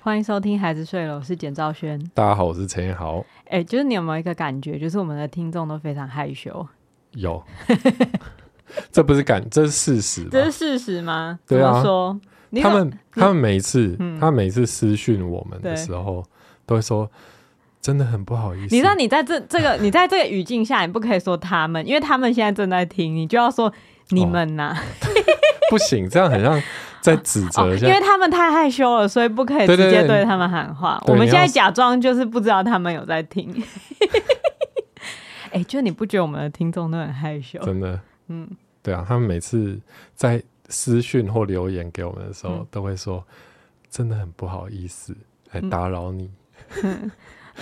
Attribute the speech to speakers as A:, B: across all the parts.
A: 欢迎收听《孩子睡了》，我是简兆轩。
B: 大家好，我是陈彦豪。
A: 哎、就是你有没有一个感觉，就是我们的听众都非常害羞，
B: 有， 这不是感，这是事实吧。
A: 这是事实吗？
B: 对啊
A: 怎么说你
B: 他
A: 怎么
B: 们他们每一次、
A: 嗯
B: 他每一次私讯我们
A: 对
B: 的时候，都会说真的很不好意思。
A: 你知道你在这这个你在这个语境下，你不可以说他们，因为他们现在正在听，你就要说你们呐、
B: 哦不行，这样很像在指
A: 哦，
B: 责一
A: 因
B: 下。
A: 为他们太害羞了，所以不可以直
B: 对对
A: 接
B: 对
A: 对他们喊话。
B: 对
A: 我们
B: 你
A: 现
B: 要
A: 在假装就是不知道他们有在听。 哎、就你不觉得我们的听众都很害羞？
B: 真的，
A: 嗯
B: 嗯，对啊，他们每次在私讯或留言给我们的时候，
A: 嗯
B: 都会说真的很不好意思，来打扰你。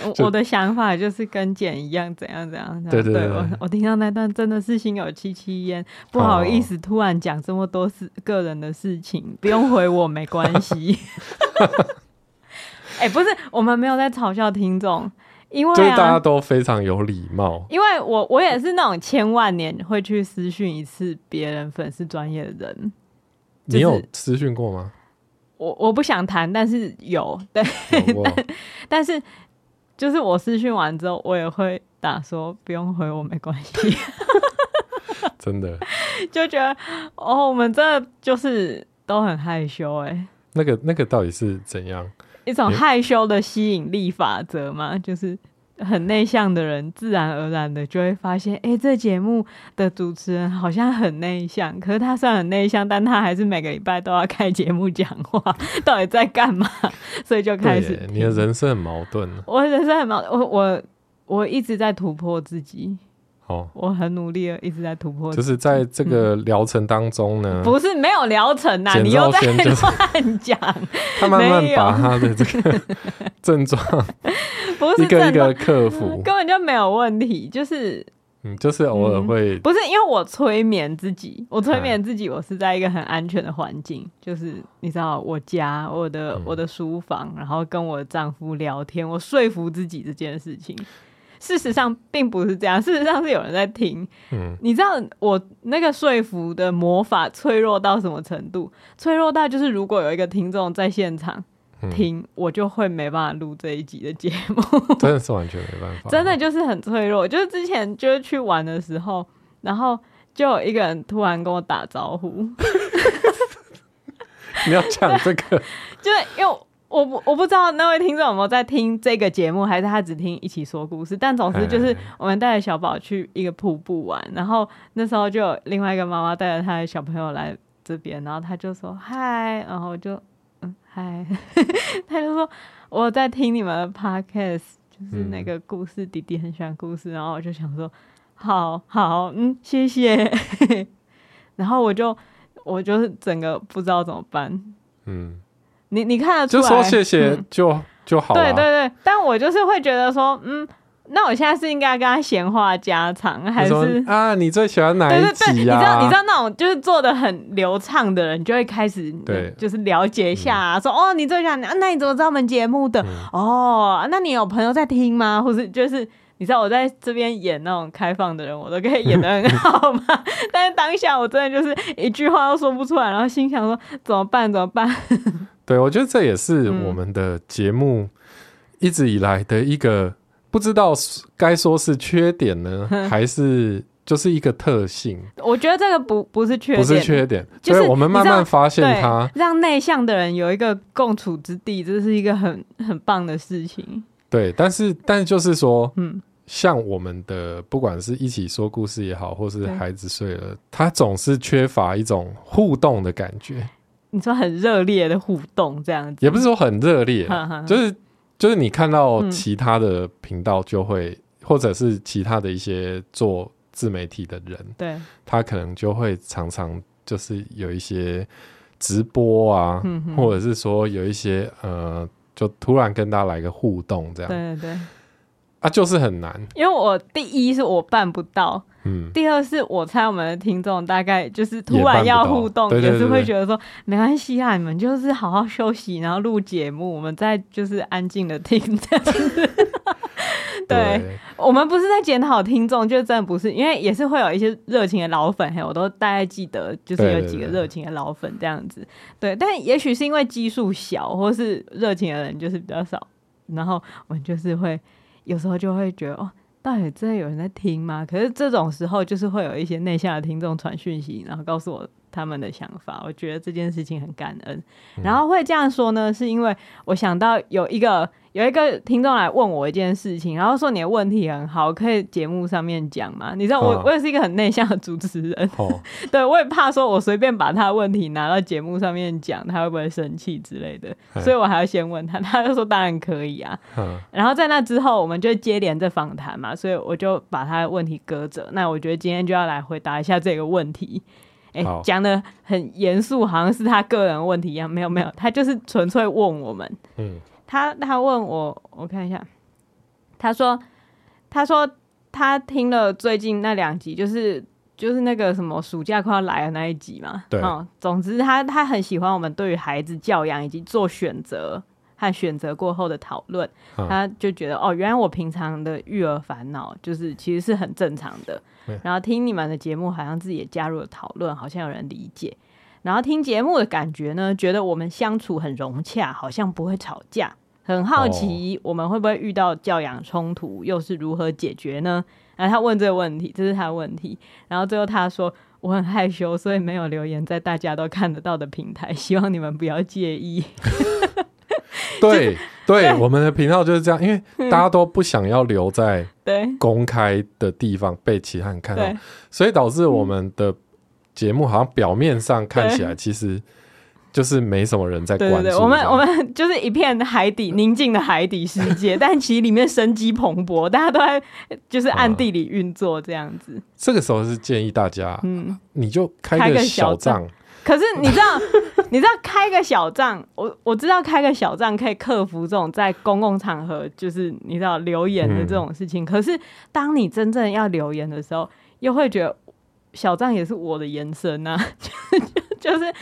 A: 我
B: 就
A: 我的想法就是跟简一样，怎样怎样。怎样
B: 对对对
A: 我
B: 对
A: 我听到那段真的是心有戚戚焉，不好意思，突然讲这么多事个人的事情，不用回我没关 系。 哎、不是，我们没有在嘲笑听众，因
B: 就是
A: 为
B: 大家
A: 啊，
B: 都非常有礼貌，
A: 因为我我也是那种千万年会去私讯一次别人粉丝专业的人。就是
B: 你有私讯过吗？
A: 我我不想谈，但是有，对，
B: 有 过，
A: 但是就是我私讯完之后，我也会打说不用回我没关系。
B: 真的。
A: 就觉得哦，我们这就是都很害羞哎、
B: 那个那个到底是怎样？
A: 一种
B: 诶
A: 害羞的吸引力法则嘛，就是很内向的人自然而然的就会发现，哎、这节目的主持人好像很内向，可是他虽然很内向，但他还是每个礼拜都要开节目讲话，到底在干嘛？ 所以就开
B: 对
A: 始
B: 耶，
A: 听
B: 你的人生很矛盾啊
A: 我人生很忙，我我我一直在突破自己，
B: 哦。
A: 我很努力的一直在突破自己
B: 就是嗯在这个疗程当中呢，
A: 嗯不是没有疗程呐、啊
B: 简
A: 你又
B: 兆
A: 在
B: 轩就是
A: 乱讲，
B: 他慢慢
A: 没有
B: 把他的 这个症状
A: 不是
B: 一个一
A: 真的
B: 个克服。
A: 根本就没有问题，就是
B: 嗯，就是偶尔
A: 嗯
B: 会
A: 不是因为我催眠自己，我催
B: 哎
A: 眠自己，我是在一个很安全的环境，就是你知道我家、我的、
B: 嗯
A: 我的书房，然后跟我丈夫聊天，我说服自己这件事情。事实上并不是这样，事实上是有人在听。
B: 嗯
A: 你知道我那个说服的魔法脆弱到什么程度？脆弱到就是如果有一个听众在现场
B: 嗯
A: 听，我就会没办法录这一集的节目。
B: 真的是完全没办法，
A: 真的就是很脆弱。就是之前就是去玩的时候，然后就有一个人突然跟我打招呼，
B: 你要讲这个，
A: 就是因为我不我不知道那位听众有没有在听这个节目，还是他只听一起说故事。但总之就是
B: 哎
A: 我们带着小宝去一个瀑布玩，然后那时候就有另外一个妈妈带着她的小朋友来这边，然后他就说嗨，然后我就嗯嗨， 他就说我在听你们的 podcast，就是
B: 嗯
A: 那个故事，弟弟很喜欢故事，然后我就想说好好嗯谢谢， 然后我就我就是整个不知道怎么办。
B: 嗯，
A: 你你看得出
B: 就
A: 来，
B: 说谢啊谢
A: 嗯
B: 就就好
A: 对
B: 了。
A: 对对，但我就是会觉得说，嗯，那我现在是应该跟他闲话家常，还
B: 他
A: 是
B: 说啊，你最喜欢哪
A: 对
B: 一
A: 对对，你
B: 集
A: 知
B: 呀、
A: 道你知道那种就是做的很流畅的人，就会开始
B: 对嗯
A: 就是了解一下、啊，说哦，你最喜欢哪，啊那你怎么知道我们节目的？哦，啊那你有朋友在听吗？或是就是。你知道我在这边演那种开放的人，我都可以演的很好嘛。 但是当下我真的就是一句话都说不出来，然后心想说怎么办？怎么办？
B: 对，我觉得这也是
A: 嗯
B: 我们的节目一直以来的一个，不知道是该说是缺点呢，还是就是一个特性，
A: 我觉得这个不不是缺点，
B: 不是缺点，
A: 就是
B: 所以我们慢慢发现它
A: 对，。让内向的人有一个共处之地，这是一个很很棒的事情。
B: 对，但是但是就是说，
A: 嗯
B: 嗯，像我们的不管是一起说故事也好，或是
A: 对
B: 孩子睡了，他总是缺乏一种互动的感觉，
A: 你说很热烈的互动这样子，
B: 也不是说很热烈
A: 哈
B: 啊，
A: 哈
B: 就是就是你看到
A: 嗯
B: 其他的频道就会，或者是其他的一些做自媒体的人，
A: 对，
B: 他可能就会常常就是有一些直播啊，
A: 嗯哼
B: 或者是说有一些呃，就突然跟大家来个互动这样
A: 对对对，
B: 啊，就是很难，
A: 因为我第一是我办不到，
B: 嗯。
A: 第二是我猜我们的听众大概就是突
B: 也
A: 然
B: 办不
A: 要
B: 到
A: 互动，
B: 对对对
A: 也是会
B: 对
A: 觉得说没关系啊，你们就是好好休息，然后录节目，我们再就是安静的听这样子。对，我们不是在检讨听众，就真的不是，因为也是会有一些热情的老粉，嘿，我都大概记得，就是有几个热情的老粉这样子。对，但也许是因为基数小，或是热情的人就是比较少，然后我们就是会有时候就会觉得哦。到底真的有人在听吗？可是这种时候，就是会有一些内向的听众传讯息，然后告诉我他们的想法。我觉得这件事情很感恩。然后会这样说呢，是因为我想到有一个有一个听众来问我一件事情，然后说你的问题很好，可以节目上面讲吗？你知道我、
B: 哦
A: 我也是一个很内向的主持人，
B: 哦，
A: 对我也怕说我随便把他的问题拿到节目上面讲，他会不会生气之类的，
B: 嘿
A: 所以我还要先问他，他就说当然可以啊。
B: 嗯，
A: 然后在那之后，我们就接连着访谈嘛，所以我就把他的问题搁着。那我觉得今天就要来回答一下这个问题。哎
B: 好，
A: 讲的很严肃，好像是他个人的问题一样。没有没有，他就是纯粹问我们。
B: 嗯，
A: 他他问我，我看一下，他说他说他听了最近那两集，就是就是那个什么暑假快要来的那一集嘛。
B: 对
A: 嗯，总之他他很喜欢我们对于孩子教养以及做选择和选择过后的讨论。
B: 嗯
A: 他就觉得哦，原来我平常的育儿烦恼就是其实是很正常的
B: 对。
A: 然后听你们的节目，好像自己也加入了讨论，好像有人理解。然后听节目的感觉呢，觉得我们相处很融洽，好像不会吵架。很好奇我们会不会遇到教养冲突，又是如何解决呢？然后他问这个问题，这是他的问题。然后最后他说：“我很害羞，所以没有留言在大家都看得到的平台，希望你们不要介意。
B: 对对，
A: 对嗯
B: 我们的频道就是这样，因为大家都不想要留在
A: 对”
B: 公开的地方被其他人看到
A: 对，
B: 所以导致我们的节目好像表面上看起来其实就是没什么人在
A: 对
B: 关
A: 对
B: 注这
A: 对，
B: 样。
A: 我们我们就是一片海底宁静的海底世界，但其实里面生机蓬勃，大家都在就是暗地里运作这样子。
B: 这个时候是建议大家，
A: 嗯，
B: 你就开
A: 开
B: 个
A: 个
B: 小
A: 小
B: 账，
A: 可是你知道， 你知道开个小账，我我知道开个小账可以克服这种在公共场合就是你知道留言的这种事
B: 嗯
A: 情。可是当你真正要留言的时候，又会觉得小账也是我的延伸啊， 就就就是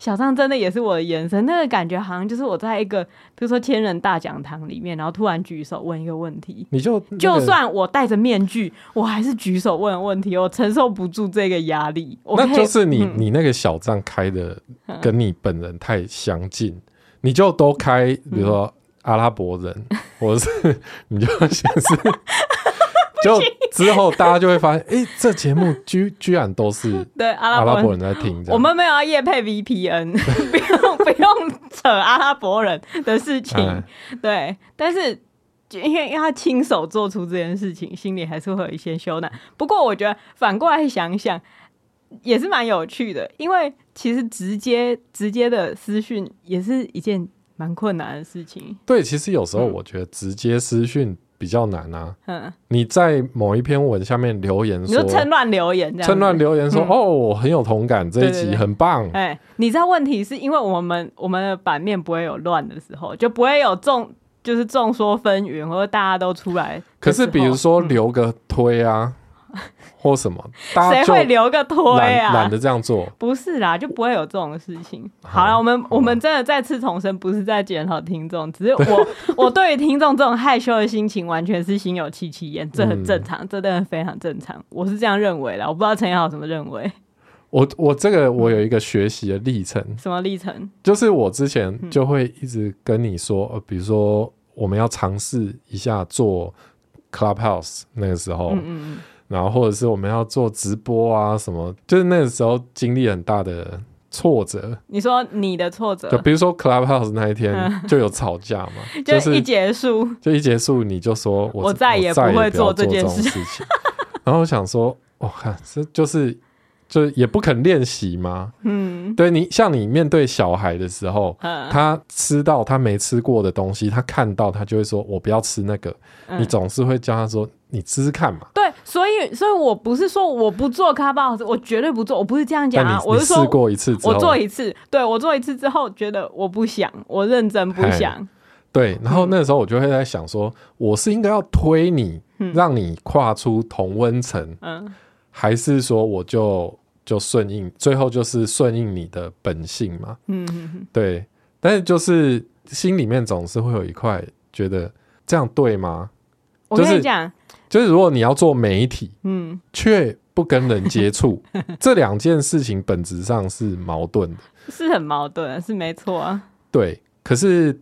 A: 小账真的也是我的延伸，那个感觉好像就是我在一个比如说千人大讲堂里面，然后突然举手问一个问题。
B: 你就、
A: 就。算我戴着面具，我还是举手问问题，我承受不住这个压力。我
B: 那
A: 可以嗯
B: 就是你、你那个小账开的跟你本人太相近，你就都开，比如说阿拉伯人，
A: 嗯
B: 或者是你就显示， 就之后大家就会发 现，诶，这节目居居然都是
A: 对阿拉
B: 阿
A: 伯
B: 拉
A: 人
B: 伯人在听，这样
A: 我们没有要夜配 VPN，不 用不用扯阿拉伯人的事情，
B: 哎
A: 对。但是就因为因为他亲手做出这件事情，心里还是会有一些羞赧。不过我觉得反过来想想，也是蛮有趣的，因为其实直接直接的私讯也是一件蛮困难的事情。
B: 对，其实有时候
A: 嗯
B: 我觉得直接私讯比较难啊。
A: 嗯，
B: 你在某一篇文下面留言
A: 你
B: 说
A: 说，趁乱留言这样，
B: 趁乱。留言说，
A: 嗯
B: 哦，我很有同感，这一
A: 对对
B: 集
A: 对
B: 很棒，
A: 哎、你知道问题是因为我们我们的版面不会有乱的时候，就不会有众就是众说纷纭，或者大家都出来的时候。嗯
B: 可是比如说留个推啊，或什么，大家
A: 谁
B: 就
A: 会留个推
B: 懒
A: 啊
B: 懒？得这样做。
A: 不是啦，就不会有这种事情。
B: 好
A: 好了，我们我们真的再次重申，不是在检讨听众，只是 我我对于听众这种害羞的心情，完全是心有戚戚焉，这
B: 嗯
A: 很正常，这真的非常正常，我是这样认为啦。我不知道陈彦豪怎么认为，
B: 我我这个我有一个学习的历程，
A: 什么历程？
B: 就是我之前
A: 嗯
B: 就会一直跟你说，呃，比如说我们要尝试一下做 Clubhouse 那个时候，
A: 嗯嗯
B: 然后或者是我们要做直播啊什么，就是那个时候经历很大的挫折。
A: 嗯，你说你的挫折
B: 就比如说 Clubhouse 那一天
A: 嗯
B: 就有吵架嘛，
A: 就
B: 就是
A: 一结束，
B: 就一结束你就说我
A: 我再也
B: 不
A: 不会
B: 要做
A: 做这件
B: 种
A: 事
B: 事情， 然后我想说，我、看这就是就也不肯练习嘛。
A: 嗯
B: 对你像你面对小孩的时候，
A: 嗯，
B: 他吃到他没吃过的东西，他看到他就会说我不要吃那个，
A: 嗯
B: 你总是会教他说你吃吃看嘛。
A: 对，所以所以我不是说我不做 c a r b o x 我绝对不做，我不是这样讲
B: 但你
A: 啊，
B: 你
A: 我是
B: 试
A: 说
B: 过一次之
A: 我做
B: 后，
A: 一次，对我做一次之后觉得我不想，我认真不
B: 嗨
A: 想，
B: 对，然后那时候我就会在想说，我是应该要推你，
A: 嗯
B: 让你跨出同温层，
A: 嗯
B: 还是说我就就顺应，最后就是顺应你的本性嘛？
A: 嗯嗯
B: 对，但是就是心里面总是会有一块觉得这样对吗？
A: 我
B: 就
A: 跟你
B: 是
A: 讲，
B: 就是如果你要做媒体，
A: 嗯，
B: 却不跟人接触，这两件事情本质上是矛盾的。
A: 是很矛盾，是没错啊。
B: 对，可是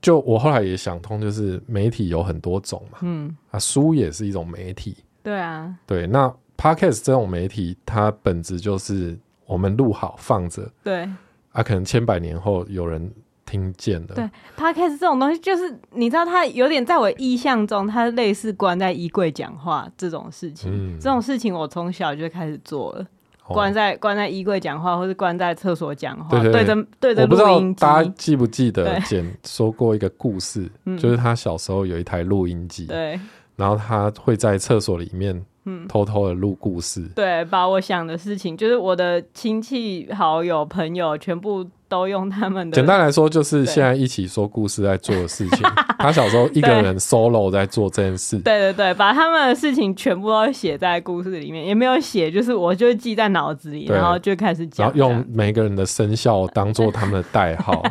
B: 就我后来也想通，就是媒体有很多种嘛，
A: 嗯，
B: 啊，书也是一种媒体。
A: 对啊，
B: 对，那 podcast 这种媒体，它本质就是我们录好放着，
A: 对
B: 啊，可能千百年后有人听见了。
A: 对 p o d c a s 这种东西，就是你知道，它有点在我意象中，它类似关在衣柜讲话这种事情。
B: 嗯
A: 这种事情我从小就开始做了，
B: 哦
A: 关在关在衣柜讲话，或是关在厕所讲话，
B: 对对对
A: 着对着
B: 我不知
A: 录
B: 道
A: 音机。
B: 大家记不记得
A: 对
B: 简说过一个故事，
A: 嗯
B: 就是他小时候有一台录音机，
A: 对
B: 然后他会在厕所里面
A: 嗯
B: 偷偷的录故事。
A: 对，把我想的事情，就是我的亲戚、好友、朋友，全部都用他们的
B: 简单来说，就是
A: 对
B: 现在一起说故事在做的事 情。他小时候一个
A: 对
B: 人 solo 在做这件事，
A: 对对对，把他们的事情全部都写在故事里面，也没有写，就是我就记在脑子里，
B: 对
A: 然后就开始
B: 然
A: 讲
B: 后
A: 这样。
B: 用每个人的生肖当做他们的代号。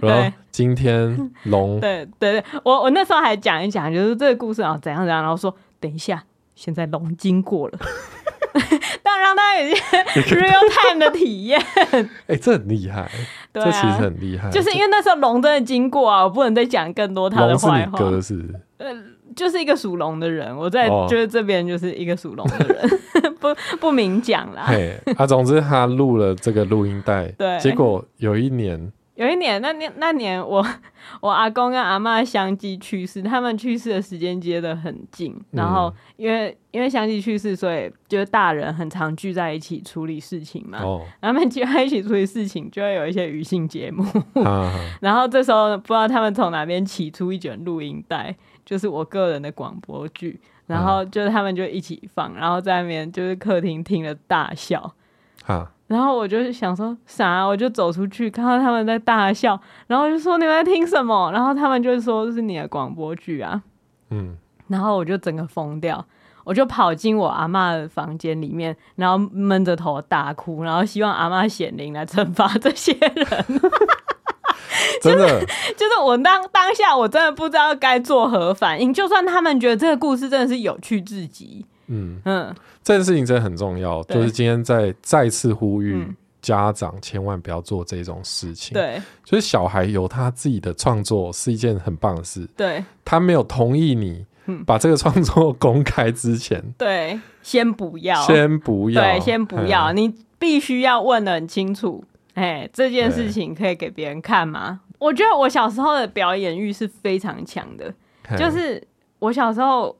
B: 然
A: 对
B: 后今天龙
A: 对对对，我我那时候还讲一讲，就是这个故事啊怎样怎样，然后说等一下，现在龙经过 了，但让大家有一些 real time 的体验。
B: 哎、这很厉害，
A: 对
B: 这其实
A: 啊，
B: 很厉害。
A: 就是因为那时候龙真的经过啊，我不能再讲更多他的
B: 龙是
A: 坏
B: 你
A: 话。
B: 哥的是不是
A: 就是一个属龙的人，我在、
B: 哦
A: 就是这边就是一个属龙的人， 不不明讲啦。
B: 嘿啊，总之他录了这个录音带，
A: 对
B: 结果有一 年
A: 有一年，那年那年我我阿公跟阿妈相继去世，他们去世的时间接得很近，
B: 嗯
A: 然后因为、因为相继去世，所以就是大人很常聚在一起处理事情嘛。
B: 哦，
A: 然后他们聚在一起处理事情，就会有一些娱性节目。
B: 啊，
A: 然后这时候不知道他们从哪边起出一卷录音带，就是我个人的广播剧，然后就是他们就一起放，然后在那边就是客厅听了大笑，
B: 哈，
A: 然后我就想说啥，我就走出去看到他们在大笑，然后我就说你们在听什么？然后他们就说这是你的广播剧啊，
B: 嗯，
A: 然后我就整个疯掉，我就跑进我阿嬷的房间里面，然后闷着头大哭，然后希望阿嬷显灵来惩罚这些人。
B: 真的，
A: 就是我当当下我真的不知道该做何反应，就算他们觉得这个故事真的是有趣至极，
B: 嗯，
A: 嗯，
B: 这件事情真的很重要，
A: 对
B: 就是今天再再次呼吁
A: 嗯
B: 家长千万不要做这种事情。，
A: 对
B: 就是小孩有他自己的创作是一件很棒的事，
A: 对
B: 他没有同意你
A: 嗯
B: 把这个创作公开之前，
A: 对，先不要，
B: 先不要，
A: 对，先不要，
B: 嗯，
A: 你必须要问的很清楚，哎，这件
B: 对
A: 事情可以给别人看吗？我觉得我小时候的表演欲是非常强的，
B: 嘿
A: 就是我小时候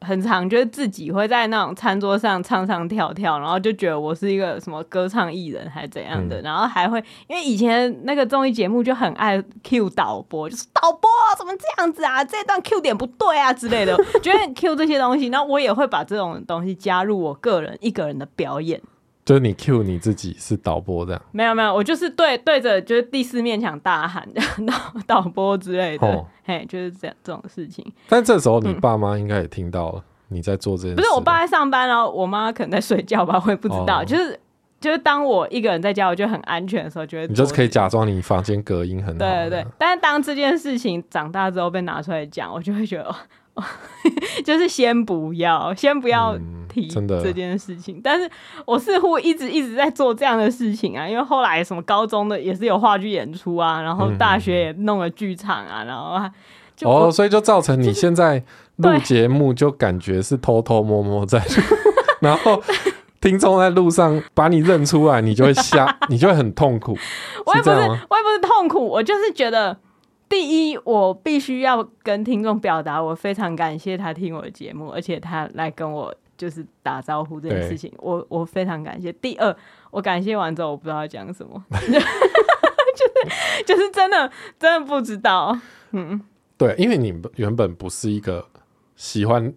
A: 很常就是自己会在那种餐桌上唱唱跳跳，然后就觉得我是一个什么歌唱艺人还是怎样的，
B: 嗯
A: 然后还会因为以前那个综艺节目就很爱 Q 导播，就是导播怎么这样子啊，这段 Q 点不对啊之类的， 觉得 Q 这些东西，然后我也会把这种东西加入我个人一个人的表演。
B: 就是你 cue 你自己是导播这样，
A: 没有没有，我就是对对着就是第四面墙大喊 导导播之类的，
B: 哦
A: 嘿，就是这样这种事情。
B: 但这时候你爸妈应该也听到了你在做这件事，
A: 嗯不是我爸在上班，然后我妈可能在睡觉吧，我 也不知道。
B: 哦
A: 就是就是当我一个人在家，我觉得很安全的时候，就会
B: 你就是可以
A: 做
B: 假装你房间隔音很好。
A: 这个。对对对，但是当这件事情长大之后被拿出来讲，我就会觉得， 哦、就是先不要，先不要
B: 嗯
A: 提
B: 真的
A: 这件事情。但是我似乎一直一直在做这样的事情啊，因为后来什么高中的也是有话剧演出啊，然后
B: 嗯
A: 大学也弄了剧场啊，然后还就我
B: 哦，所以就造成你现在录节目就感觉是偷偷摸摸在， 然后听众在路上把你认出来，你就会吓，你就会很痛苦，
A: 我也
B: 是
A: 不
B: 这
A: 是，
B: 样吗？
A: 我也不是痛苦，我就是觉得，第一，我必须要跟听众表达，我非常感谢他听我的节目，而且他来跟我就是打招呼这件事情，我我非常感谢。第二，我感谢完之后，我不知道要讲什 么，就是就是真的真的不知道，
B: 对，因为你原本不是一个喜欢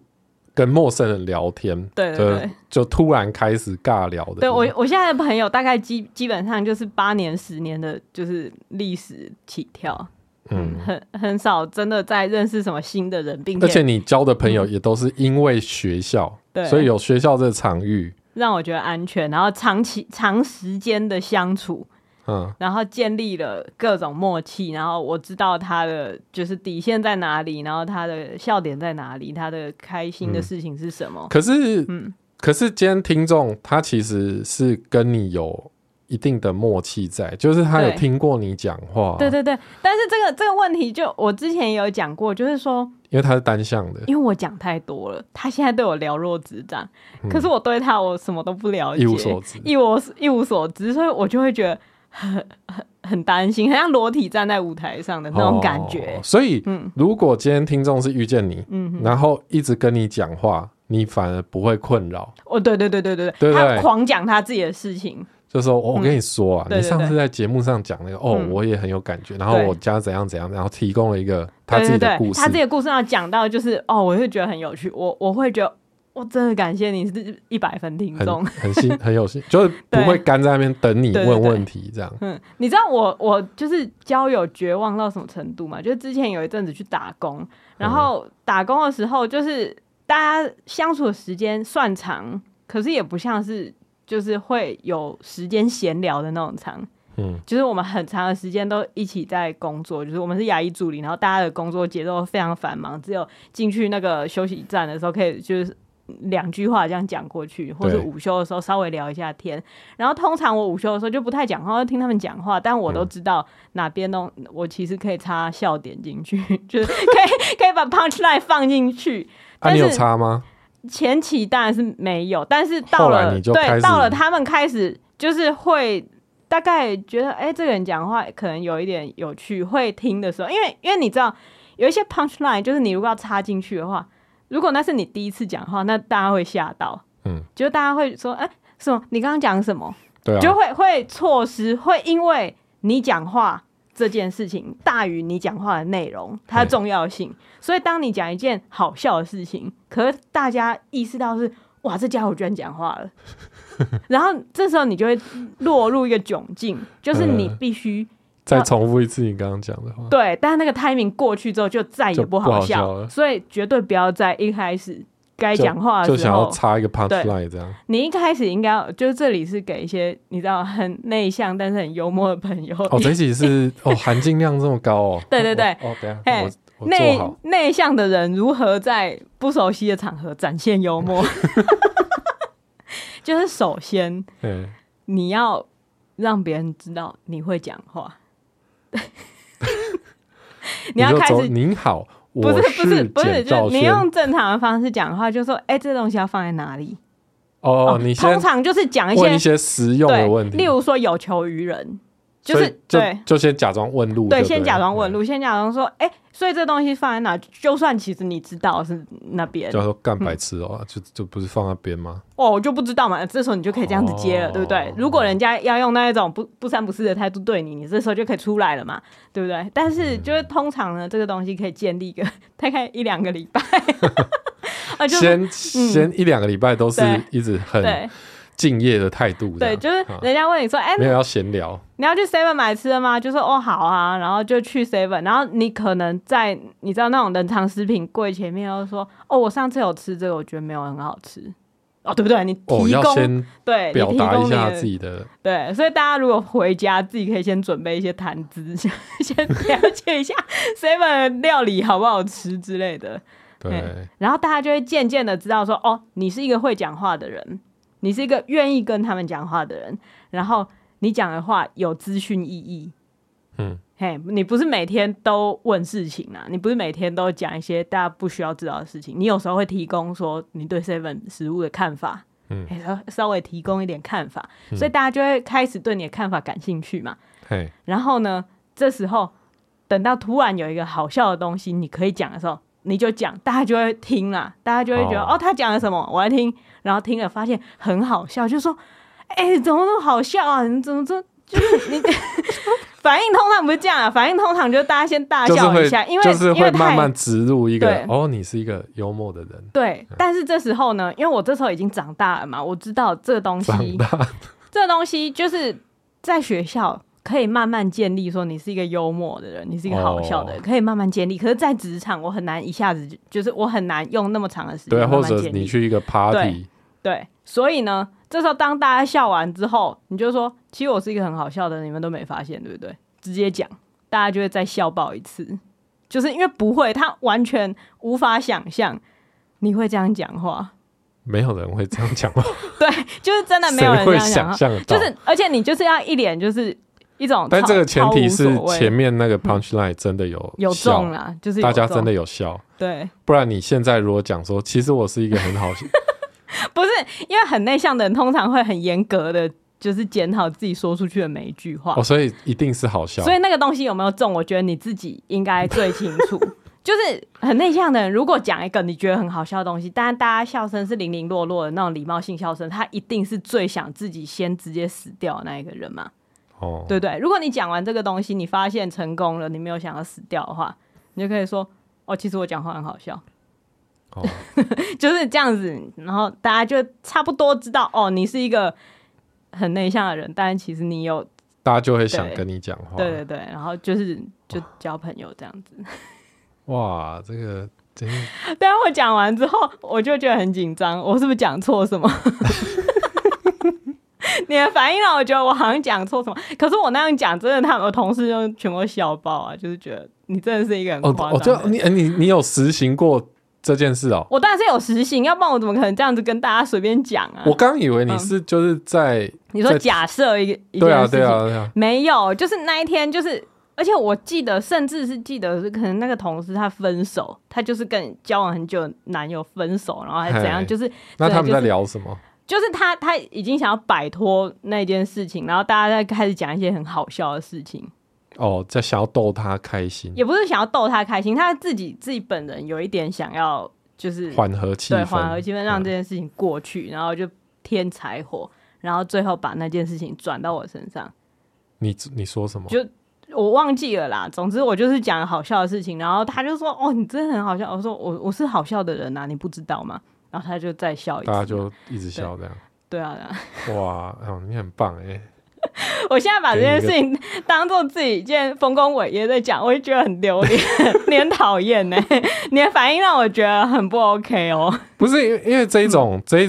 B: 跟陌生人聊天，
A: 对对对
B: 就就突然开始尬聊的人。
A: 对我我现在的朋友大概基基本上就是八年十年的，就是历史起跳。嗯，
B: 嗯，
A: 很很少真的在认识什么新的人，并
B: 而且你交的朋友也都是因为学校，
A: 嗯对
B: 所以有学校这个场域，
A: 让我觉得安全，然后长期长时间的相处，
B: 嗯
A: 然后建立了各种默契，然后我知道他的就是底线在哪里，然后他的笑点在哪里，他的开心的事情是什么。
B: 可是，
A: 嗯
B: 可是今天听众他其实是跟你有一定的默契在，就是他有
A: 对
B: 听过你讲话，
A: 对，对对，但是这个这个问题就我之前也有讲过，就是说，
B: 因为他是单向的，
A: 因为我讲太多了，他现在对我了若指掌，可是我对他我什么都不了解，
B: 嗯一无所知。
A: 一无一无所知，所以我就会觉得很很很担心，很像裸体站在舞台上的那种感觉嗯
B: 哦。所以，如果今天听众是遇见你，然后一直跟你讲话，你反而不会困扰，
A: 哦，对对对对对
B: 对对
A: 他狂讲他自己的事情，
B: 就说我我跟你说啊，
A: 嗯对对
B: 你上次在节目上讲那个，哦，
A: 嗯
B: 我也很有感觉，然后
A: 对
B: 我家怎样怎样，然后提供了一个他
A: 对
B: 自己
A: 对
B: 的
A: 对，
B: 故事，
A: 他自己的故事要讲到就是哦，我会觉得很有趣，我我会觉得我真的感谢你是一百分听众
B: 很。很心很有心，就是不会
A: 对
B: 干在那边等你
A: 对对
B: 问
A: 对
B: 问题这样。
A: 嗯， 你知道我我就是交友绝望到什么程度吗？就是之前有一阵子去打
B: 嗯
A: 工，然后打工的时候就是大家相处的时间算长，可是也不像是就是会有时间闲聊的那种长。
B: 嗯，
A: 就是我们很长的时间都一起在工作，就是我们是牙医助理，然后大家的工作节奏非常繁忙，只有进去那个休息站的时候可以就是两句话这样讲过去，或者
B: 对
A: 午休的时候稍微聊一下天。然后通常我午休的时候就不太讲话，我就听他们讲话，但我都知道哪边都我其实可以插笑点进去， 就是可以可以把 punch line 放进去。
B: 啊，
A: 但
B: 你有
A: 是
B: 差吗？
A: 前期当然是没有，但是到
B: 后
A: 了
B: 来你就开始
A: 对到了他们开始就是会大概觉得，哎、这个人讲话可能有一点有趣，会听的时候，因为因为你知道有一些 punch line，就是你如果要插进去的话，如果那是你第一次讲话，那大家会吓到，
B: 嗯，
A: 就大家会说，哎、什么？你刚刚讲什么？
B: 对
A: 就
B: 啊，
A: 会会错失，会因为你讲话这件事情大于你讲话的内容，它的重要性。所以当你讲一件好笑的事情，可是大家意识到是哇，这家伙居然讲话 了，然后这时候你就会落入一个窘境，就是你
B: 嗯
A: 必须、
B: 再重复一次你刚刚讲的话。
A: 对，但是那个 timing 过去之后就再也
B: 就
A: 不
B: 不好
A: 好笑，
B: 笑了
A: 所以绝对不要在一开始该
B: 就
A: 讲话的时
B: 就
A: 候
B: 想要插一个
A: 啊对
B: punch line 这样，
A: 你一开始应该要就是这里是给一些你知道很内向但是很幽默的朋友，
B: 哦，这一 集是哦含金量这么高哦，
A: 对对对
B: 我哦等一
A: 嘿
B: 下我我做
A: 内
B: 好，
A: 内向的人如何在不熟悉的场合展现幽默？ 就是首先
B: 嗯，
A: 你要让别人知道你会讲 话，你要
B: 就
A: 开
B: 走
A: 始
B: 您好，
A: 不
B: 我
A: 不是不是，
B: 简
A: 就
B: 兆
A: 是你
B: 轩，
A: 用正常的方式讲话，就说哎、这东西要放在哪里？
B: 哦，你
A: 通
B: 先
A: 常就是讲一
B: 问
A: 些
B: 一些实用的
A: 对
B: 问，题
A: 例，如说有求于人，就
B: 所以
A: 是
B: 就
A: 对。
B: 就先假装问路就了，
A: 对，先假装问路，先假装说，哎、所以这东西放在哪？就算其实你知道是那边
B: 嗯，，就说干白痴哦，
A: 嗯
B: 就就不是放那边吗？
A: 哦，我就不知道嘛，这时候你就可以这样子接了，
B: 哦
A: 对不对？如果人家要用那一种不不三不四的态度对你，你这时候就可以出来了嘛，对不对？但
B: 嗯
A: 是就是通常呢，这个东西可以建立一个 大概一两个礼 拜，啊，就是
B: 先先一两个礼拜都是
A: 对
B: 一直很
A: 对
B: 敬业的态度这
A: 对，
B: 样，
A: 就是
B: 啊
A: 人家问你说，哎、
B: 没有要闲聊，
A: 你要去 Seven 买吃的吗？就说哦好啊，然后就去 Seven，然后你可能在你知道那种冷藏食品柜前面，然后说哦我上次有吃这个，我觉得没有很好吃，哦对不对？你
B: 哦，
A: 提
B: 要
A: 供、
B: 先
A: 对，你
B: 表
A: 提
B: 达
A: 供
B: 一
A: 你
B: 下
A: 的
B: 自己的
A: 对，所以大家如果回家，自己可以先准备一些谈资，先 先了解一下 seven 的料理好不好吃之类的。
B: 对
A: 嗯。然后大家就会渐渐的知道说，哦，你是一个会讲话的人，你是一个愿意跟他们讲话的人，然后你讲的话有资讯意义。
B: 嗯，
A: 嘿，你不是每天都问事情啊，你不是每天都讲一些大家不需要知道的事情，你有时候会提供说你对 seven 食物的看法。
B: 嗯
A: 嘿，稍稍微提供一点看法，所以大家就会开始对你的看法感兴趣嘛。
B: 嘿，
A: 然后呢，这时候等到突然有一个好笑的东西你可以讲的时候，你就讲，大家就会听啦，大家就会觉得
B: 哦
A: 哦他讲了什么，我来听。然后听了发现很好笑，就说：“哎、怎么那么好笑啊？你怎么这就是你？” 反应通常不是这样啊，反应通常就是大家先大
B: 就是
A: 笑一
B: 会
A: 下，因为
B: 就是
A: 因
B: 会
A: 为太
B: 慢慢植入一个
A: 对
B: 哦，你是一个幽默的人，
A: 对。但是这时候呢，因为我这时候已经长大了嘛，我知道这个东西
B: 长大
A: 这东西就是在学校可以慢慢建立，说你是一个幽默的人，你是一个好笑的人，
B: 哦
A: 可以慢慢建立。可是，在职场，我很难一下子就就是我很难用那么长的时间
B: 对，
A: 慢慢
B: 或者
A: 建立。
B: 你去一个 party，
A: 对，所以呢，这时候当大家笑完之后，你就说：“其实我是一个很好笑的，你们都没发现，对不对？”直接讲，大家就会再笑爆一次，就是因为不会，他完全无法想象你会这样讲话。
B: 没有人会这样讲话，
A: 对，就是真的没
B: 谁
A: 有人这
B: 会
A: 样讲
B: 想
A: 话，
B: 象得
A: 就
B: 到？
A: 是而且你就是要一脸就是一种超，
B: 但这个前提
A: 超无
B: 是
A: 所谓
B: 前面那个 punch line 真的有
A: 有
B: 笑
A: 中啦，就是有
B: 大家真
A: 中
B: 的有笑，
A: 对，
B: 不然你现在如果讲说，其实我是一个很 好笑，
A: 不是因为很内向的人通常会很严格的，就是检讨自己说出去的每一句话
B: 哦，。所以一定是好笑
A: 所。以那个东西有没有中，我觉得你自己应该最清 楚。就是很内向的人，如果讲一个你觉得很好笑的东西，但是大家笑声是零零落落的那种礼貌性笑声，他一定是最想自己先直接死掉的那一个人嘛，
B: 哦，
A: 对不对？如果你讲完这个东西，你发现成功了，你没有想要死掉的话，你就可以说：“哦，其实我讲话很好笑。”
B: 哦，
A: 就是这样子，然后大家就差不多知道哦，你是一个很内向的人，但其实你有
B: 大家就会想
A: 对
B: 跟你讲话。
A: 对对对，然后就是就交朋友这样子。
B: 哇，这个真
A: 但我讲完之后，我就觉得很紧张，我是不是讲错什么？ 你的反应让我觉得我好像讲错什么，可是我那样讲，真的，他们我同事就全部笑爆啊，就是觉得你真的是一个很
B: 哦
A: 夸
B: 哦，
A: 张
B: 就
A: 的人。
B: 你哎你你有实行过这件事哦？
A: 我当然是有实行，要不然我怎么可能这样子跟大家随便讲啊
B: 我？刚以为你是就是在
A: 你说
B: 在
A: 假设一个一
B: 对
A: 件
B: 啊
A: 事
B: 对
A: 情
B: 啊对啊，
A: 没有，就是那一天，就是而且我记得，甚至是记得是可能那个同事他分手，他就是跟交往很久的男友分手，然后还怎
B: 嘿
A: 样，就是
B: 那
A: 对
B: 他们
A: 就
B: 在
A: 是
B: 聊什么？
A: 就是他他已经想要摆脱那件事情，然后大家在开始讲一些很好笑的事情，
B: 哦，在想要逗他开心，
A: 也不是想要逗他开心，他自己自己本人有一点想要就是
B: 缓和气
A: 对
B: 氛，
A: 缓和气氛，让
B: 嗯
A: 这件事情过去，然后就添柴火，然后最后把那件事情转到我身上。
B: 你你说什么？
A: 就我忘记了啦。总之我就是讲好笑的事情，然后他就说：“哦，你真的很好笑。”我说：“我我是好笑的人啊，你不知道吗？”然后他就再笑一次。
B: 大家就一直笑这样。
A: 对啊，对 啊
B: 哇，哦，你很棒哎！
A: 我现在把这件事情当做自己一件丰功伟业在讲，我就觉得很丢脸， 你很讨厌呢。你的反应让我觉得很不 OK 哦。
B: 不是因为因为这一种这一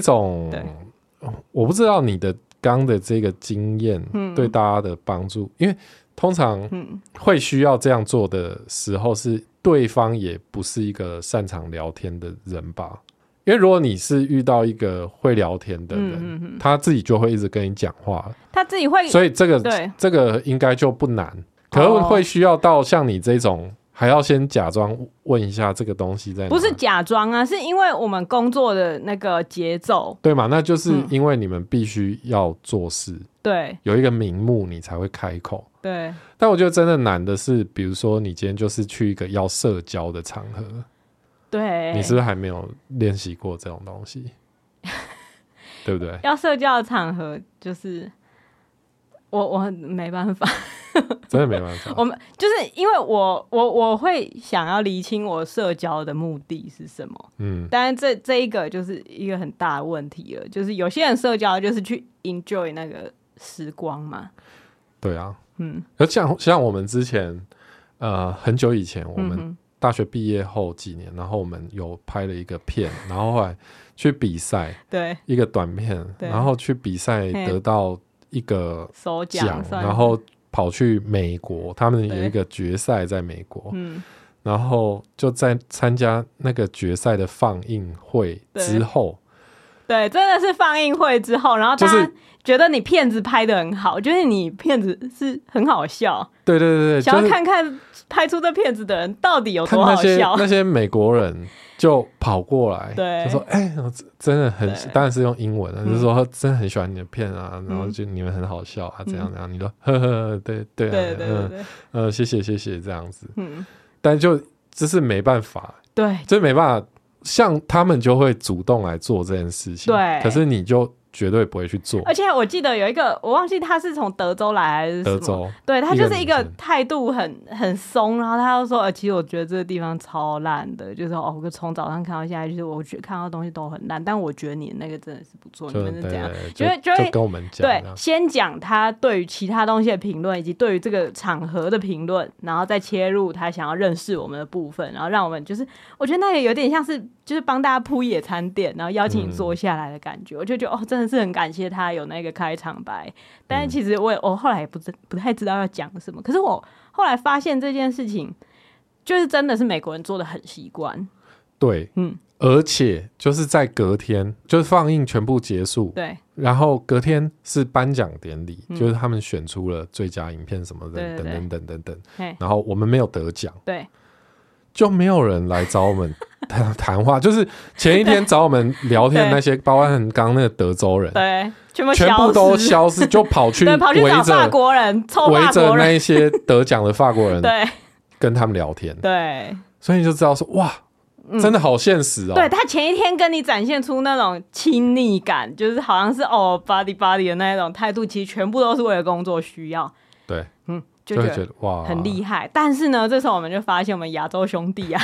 A: 嗯
B: 种
A: 对，
B: 我不知道你的刚的这个经验对大家的帮助，因为通常
A: 嗯
B: 会需要这样做的时候，是对方也不是一个擅长聊天的人吧？因为如果你是遇到一个会聊天的
A: 嗯
B: 人，
A: 嗯嗯，
B: 他自己就会一直跟你讲话了，
A: 他自己会
B: 所以这
A: 对
B: 个这个应该就不难，可
A: 哦
B: 能会需要到像你这种，还要先假装问一下这个东西在哪
A: 不是假装啊，是因为我们工作的那个节奏，
B: 对嘛？那就是
A: 嗯
B: 因为你们必须要做事，
A: 对
B: 有一个名目，你才会开口。
A: 对。
B: 但我觉得真的难的是，比如说你今天就是去一个要社交的场合，
A: 对，
B: 你是不是还没有练习过这种东 西？对不对？
A: 要社交的场合，就是我我没办法，
B: 真的没办法。
A: 我们就是因为我我我会想要厘清我社交的目的是什么，
B: 嗯，
A: 当然这这一个就是一个很大的问题了，就是有些人社交就是去 enjoy 那个时光嘛，
B: 对啊。
A: 嗯
B: 而像像我们之前，呃，很久以前，我
A: 嗯
B: 们
A: 哼
B: 大学毕业后几年，然后我们有拍了一个片，然后后来去比赛
A: 对
B: 一个短片，
A: 对
B: 然后去比赛
A: 嘿
B: 得到一个
A: 手
B: 奖
A: 奖，算
B: 然后跑去美国，他们有一个决赛在美国，
A: 嗯
B: 然后就在参加那个决赛的放映会
A: 对
B: 之后，
A: 对，真的是放映会之后，然后
B: 就
A: 大
B: 是
A: 家觉得你片子拍的很好，就是你片子是很好笑，
B: 对对对对，
A: 想
B: 就
A: 要
B: 是
A: 看看拍出这片子的人到底有
B: 看
A: 多好
B: 那些
A: 笑。
B: 那些美国人就跑过来，
A: 对
B: 就说：“哎、我真真的很
A: 对，
B: 当然是用英文了，啊就是说真的很喜欢你的片啊，然后
A: 嗯
B: 就你们很好笑啊，怎样怎样。”你说：“ 呵呵，对对
A: 对
B: 啊，
A: 对对
B: 嗯
A: 对，
B: 呃，谢谢谢谢这样子。
A: 嗯，”
B: 但就这是没办法，
A: 对
B: 这没办法，像他们就会主动来做这件事情，
A: 对哎
B: 可是你就绝对不会去做。
A: 而且我记得有一个，我忘记他是从德州来还是什
B: 德
A: 么，
B: 州，
A: 对他
B: 一
A: 就
B: 个
A: 是一
B: 女
A: 个
B: 生
A: 态度很很松，然后他又说，呃，其实我觉得这个地方超烂的，就是哦，我从早上看到现在，就是我觉看到东西都很烂，但我觉得你那个真的是不错，你
B: 就
A: 们是怎样？
B: 对，
A: 就会就
B: 就
A: 会
B: 就跟我们讲
A: 对
B: 啊，，
A: 先讲他对于其他东西的评论，以及对于这个场合的评论，然后再切入他想要认识我们的部分，然后让我们就是，我觉得那个有点像是就是帮大家铺野餐垫，然后邀请你坐下来的感觉。
B: 嗯
A: 我就觉得哦，真的是很感谢他有那个开场白。但是其实我也我后来也不知不太知道要讲什么，可是我后来发现这件事情，就是真的是美国人做的很习惯，
B: 对，
A: 嗯，
B: 而且就是在隔天，就是放映全部结束，
A: 对
B: 然后隔天是颁奖典礼，就是他们选出了最佳影片什么的，
A: 嗯对对
B: 等
A: 对
B: 等等等等
A: 嘿。
B: 然后我们没有得奖，
A: 对
B: 就没有人来找我们谈 谈话。就是前一天找我们聊 天的那些，包括刚刚那个德州人，
A: 对，全部
B: 全部都
A: 消失
B: 消失，就跑 去
A: 对，跑去
B: 围
A: 找法
B: 着
A: 国人，凑
B: 围
A: 法
B: 着
A: 国
B: 那
A: 人，
B: 一些得奖的法国 人
A: 对。
B: 跟他们聊天，
A: 对
B: 所以你就知道说，哇，真的好现实
A: 嗯
B: 哦。
A: 对，他前一天跟你展现出那种亲昵感，就是好像是哦 body body 的那种态度，其实全部都是为了工作需要，
B: 对，
A: 嗯，就
B: 就
A: 觉
B: 会
A: 得
B: 觉得哦哇，
A: 很厉害。但是呢，这时候我们就发现我们亚洲兄弟啊，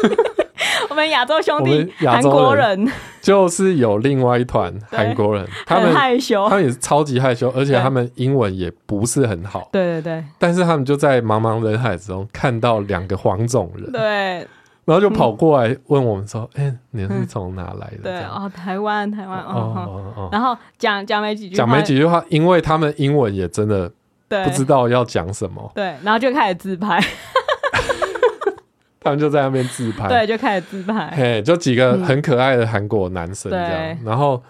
A: 我们亚洲兄
B: 我
A: 弟
B: 们亚
A: 韩
B: 洲
A: 国
B: 人
A: 人
B: 就是有另外一团韩国人，他
A: 很
B: 们
A: 害羞
B: 他，们也是超级害羞，而且
A: 对
B: 他们英文也不是很好，
A: 对对对
B: 但是他们就在茫茫人海之中看到两个黄种人，
A: 对
B: 然后就跑过来问我们说：“哎、你是从哪来的？”
A: 嗯
B: 这
A: 对，
B: 样
A: 哦，台湾台湾，
B: 哦
A: 哦，哦
B: 哦哦，
A: 然后讲讲没几句话，
B: 讲没几句话，因为他们英文也真的
A: 对
B: 不知道要讲什么，
A: 对，然后就开始自拍，
B: 他们就在那边自拍，
A: 对，就开始自拍，
B: 嘿，就几个很可爱的韩国男生这样，
A: 对
B: 然后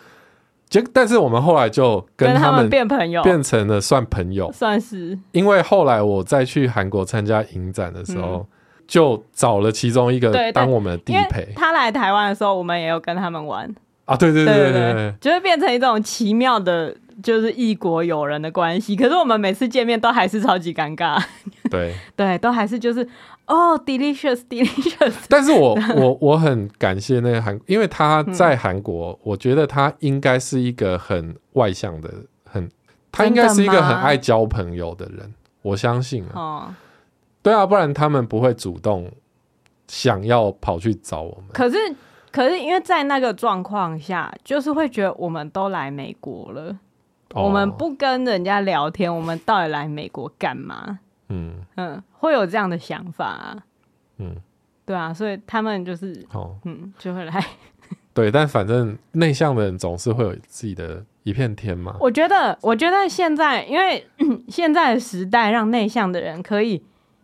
B: 结，但是我们后来就跟
A: 他
B: 他们
A: 变朋友，
B: 变成了算朋友，
A: 算是
B: 因为后来我再去韩国参加影展的时候，就找了其中一
A: 嗯对对
B: 个当我们的地
A: 因为
B: 陪
A: 他来台湾的时候，我们也有跟他们玩，
B: 啊，对对
A: 对
B: 对
A: 对
B: 对对，
A: 就会变成一种奇妙的，就是异国友人的关系。可是我们每次见面都还是超级尴尬，
B: 对。
A: 对，都还是就是哦，delicious，delicious，
B: 但是我 我我很感谢那个韩，因为他
A: 嗯
B: 在韩国，我觉得他应该是一个很外向的，很他应该是一
A: 真的
B: 个
A: 吗
B: 很爱交朋友的人，我相信啊。
A: 哦。
B: 对啊，不然他们不会主动想要跑去找我们。
A: 可是，可是因为在那个状况下，就是会觉得我们都来美国了，
B: 哦
A: 我们，不跟人家聊天，我们到底来美国干嘛？
B: 嗯
A: 嗯，会有这样的想法、啊，
B: 嗯，
A: 对啊，所以他们就是
B: 哦，
A: 嗯，就会来。
B: 对，但反正内向的人总是会有自己的一片天嘛。
A: 我觉得，我觉得现在，因为 现在的时代让内向的人可以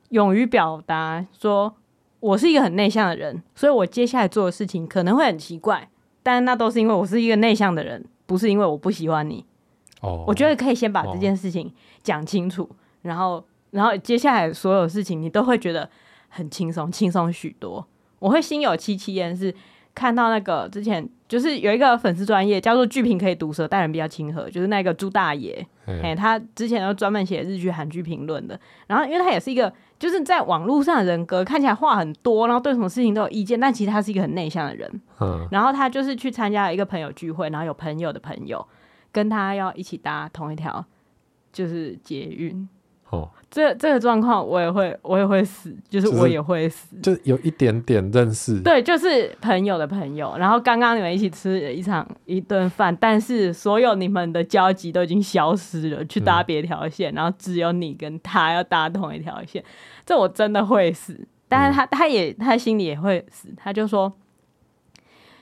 A: 勇于表达，说我是一个很内向的人，所以我接下来做的事情可能会很奇怪，但那都是因为我是一个内向的人，不是因为我不喜欢你。
B: 哦，
A: 我觉得可以先把
B: 哦
A: 这件事情讲清楚，然后，然后接下来所有事情你都会觉得很轻松，轻松许多。我会心有戚戚焉，是看到那个之前就是有一个粉丝专业叫做“剧评可以毒舌，待人比较亲和”，就是那个朱大爷，
B: 嗯
A: 哎、他之前都专门写日剧、韩剧评论的。然后，因为他也是一个就是在网络上的人格，看起来话很多，然后对什么事情都有意见，但其实他是一个很内向的人。
B: 嗯，
A: 然后他就是去参加了一个朋友聚会，然后有朋友的朋友跟他要一起搭同一条就是捷运。
B: 哦，
A: 这这个状况我也会，我也会死，就是
B: 就是
A: 我也会死。
B: 就有一点点认识，
A: 对，就是朋友的朋友。然后刚刚你们一起吃了一场一顿饭，但是所有你们的交集都已经消失了，去搭别条线，然后只有你跟他要搭同一条线，这我真的会死。但是他、他也他心里也会死，他就说。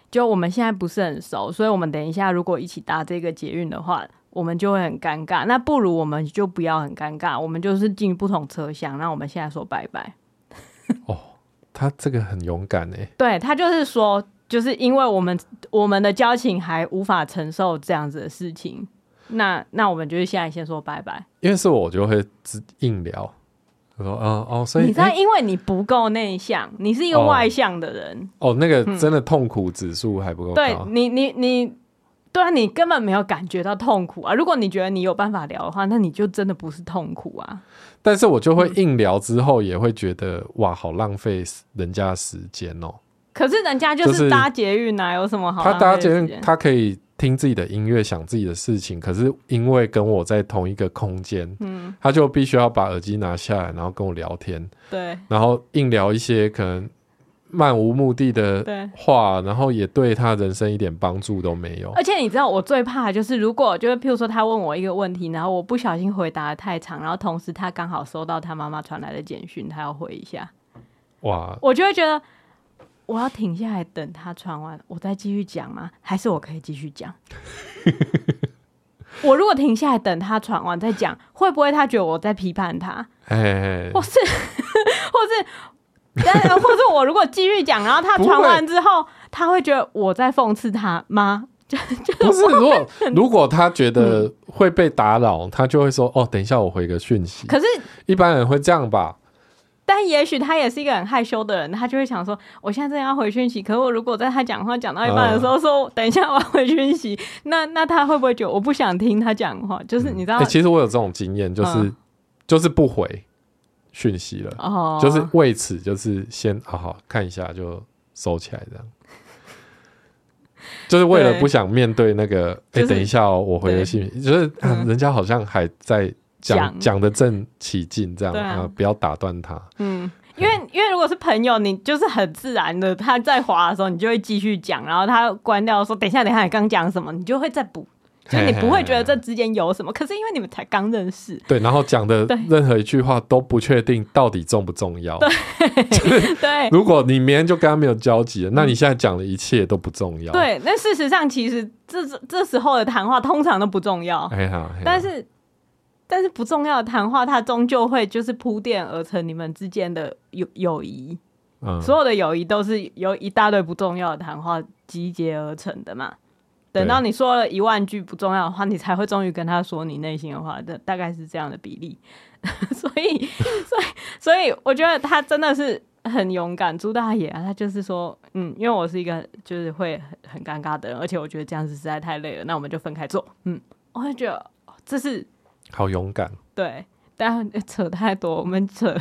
A: 就我们现在不是很熟，所以我们等一下如果一起搭这个捷运的话，我们就会很尴尬。那不如我们就不要很尴尬，我们就是进不同车厢，那我们现在说拜拜。
B: 哦，他这个很勇敢哎，
A: 对他就是说，就是因为我们我们的交情还无法承受这样子的事情，那那我们就是现在先说拜拜。
B: 因为是我就会直硬聊，我说嗯哦，所以
A: 你知道，
B: 哎
A: 因为你不够内向，你是一个
B: 哦
A: 外向的人，
B: 哦，那个真的痛苦指数还不够
A: 嗯对
B: 高，
A: 你你你，对啊，你根本没有感觉到痛苦啊。如果你觉得你有办法聊的话，那你就真的不是痛苦啊。
B: 但是我就会硬聊之后也会觉得哇，好浪费人家时间哦。
A: 可是人家就
B: 就是是
A: 搭捷运啊，有什么好
B: 他
A: 浪
B: 搭
A: 费
B: 捷
A: 的时
B: 运，
A: 间？
B: 他可以听自己的音乐，想自己的事情，可是因为跟我在同一个空间，
A: 嗯，
B: 他就必须要把耳机拿下来，然后跟我聊天，
A: 对
B: 然后硬聊一些可能漫无目的的
A: 对。
B: 话，然后也对他人生一点帮助都没有。
A: 而且你知道我最怕的就是，如果就是譬如说他问我一个问题，然后我不小心回答的太长，然后同时他刚好收到他妈妈传来的简讯，他要回一下，
B: 哇，
A: 我就会觉得我要停下来等他传完，我再继续讲吗？还是我可以继续讲？ 我如果停下来等他传完再讲，会不会他觉得我在批判他，
B: 哎，
A: 或是或是，但或是我如果继续讲，然后他
B: 不会
A: 传完之后，他会觉得我在讽刺他吗？
B: 不是，如果如果他觉得会被打扰，他就会说哦，等一下我回个讯息。
A: 可是
B: 一般人会这样吧？
A: 但也许他也是一个很害羞的人，他就会想说，我现在正要回讯息，可是我如果在他讲话讲到一半的时
B: 嗯
A: 候说，等一下我要回讯息， 那那他会不会觉得我不想听他讲话？就是你知道，
B: 哎、其实我有这种经验，就是、
A: 嗯
B: 就是不回讯息了，
A: 哦，
B: 就是为此就是先好好看一下就收起来这样。就是为了
A: 对
B: 不想面对那个，
A: 就
B: 哎、
A: 是
B: 等一下哦，我回个信，就是、啊
A: 嗯
B: 人家好像还在讲
A: 讲
B: 讲的正起劲，这样
A: 对啊
B: 不要打断他。
A: 嗯，因为因为如果是朋友，你就是很自然的，他在滑的时候，你就会继续讲，然后他关掉说，等一下，等一下，你刚讲什么，你就会再补，就你不会觉得这之间有什么。可是因为你们才刚认识，
B: 对，然后讲的
A: 对
B: 任何一句话都不确定到底重不重要。
A: 对
B: 如果你明天就跟他没有交集了，那你现在讲的一切都不重要。，
A: 嗯对，那事实上其实这这时候的谈话通常都不重要，
B: 哎呀，哎呀
A: 但是但是不重要的谈话，它终究会就是铺垫而成你们之间的友友谊。
B: 嗯，
A: 所有的友谊都是由一大堆不重要的谈话集结而成的嘛。等到你说了一万句不重要的话，你才会终于跟他说你内心的话，的大概是这样的比例。 所以， 所以，所以，我觉得他真的是很勇敢，朱大爷啊，他就是说，嗯，因为我是一个就是会很很尴尬的人，而且我觉得这样子实在太累了，那我们就分开做。嗯，我会觉得哦这是
B: 好勇敢。
A: 对，但呃扯太多，我们扯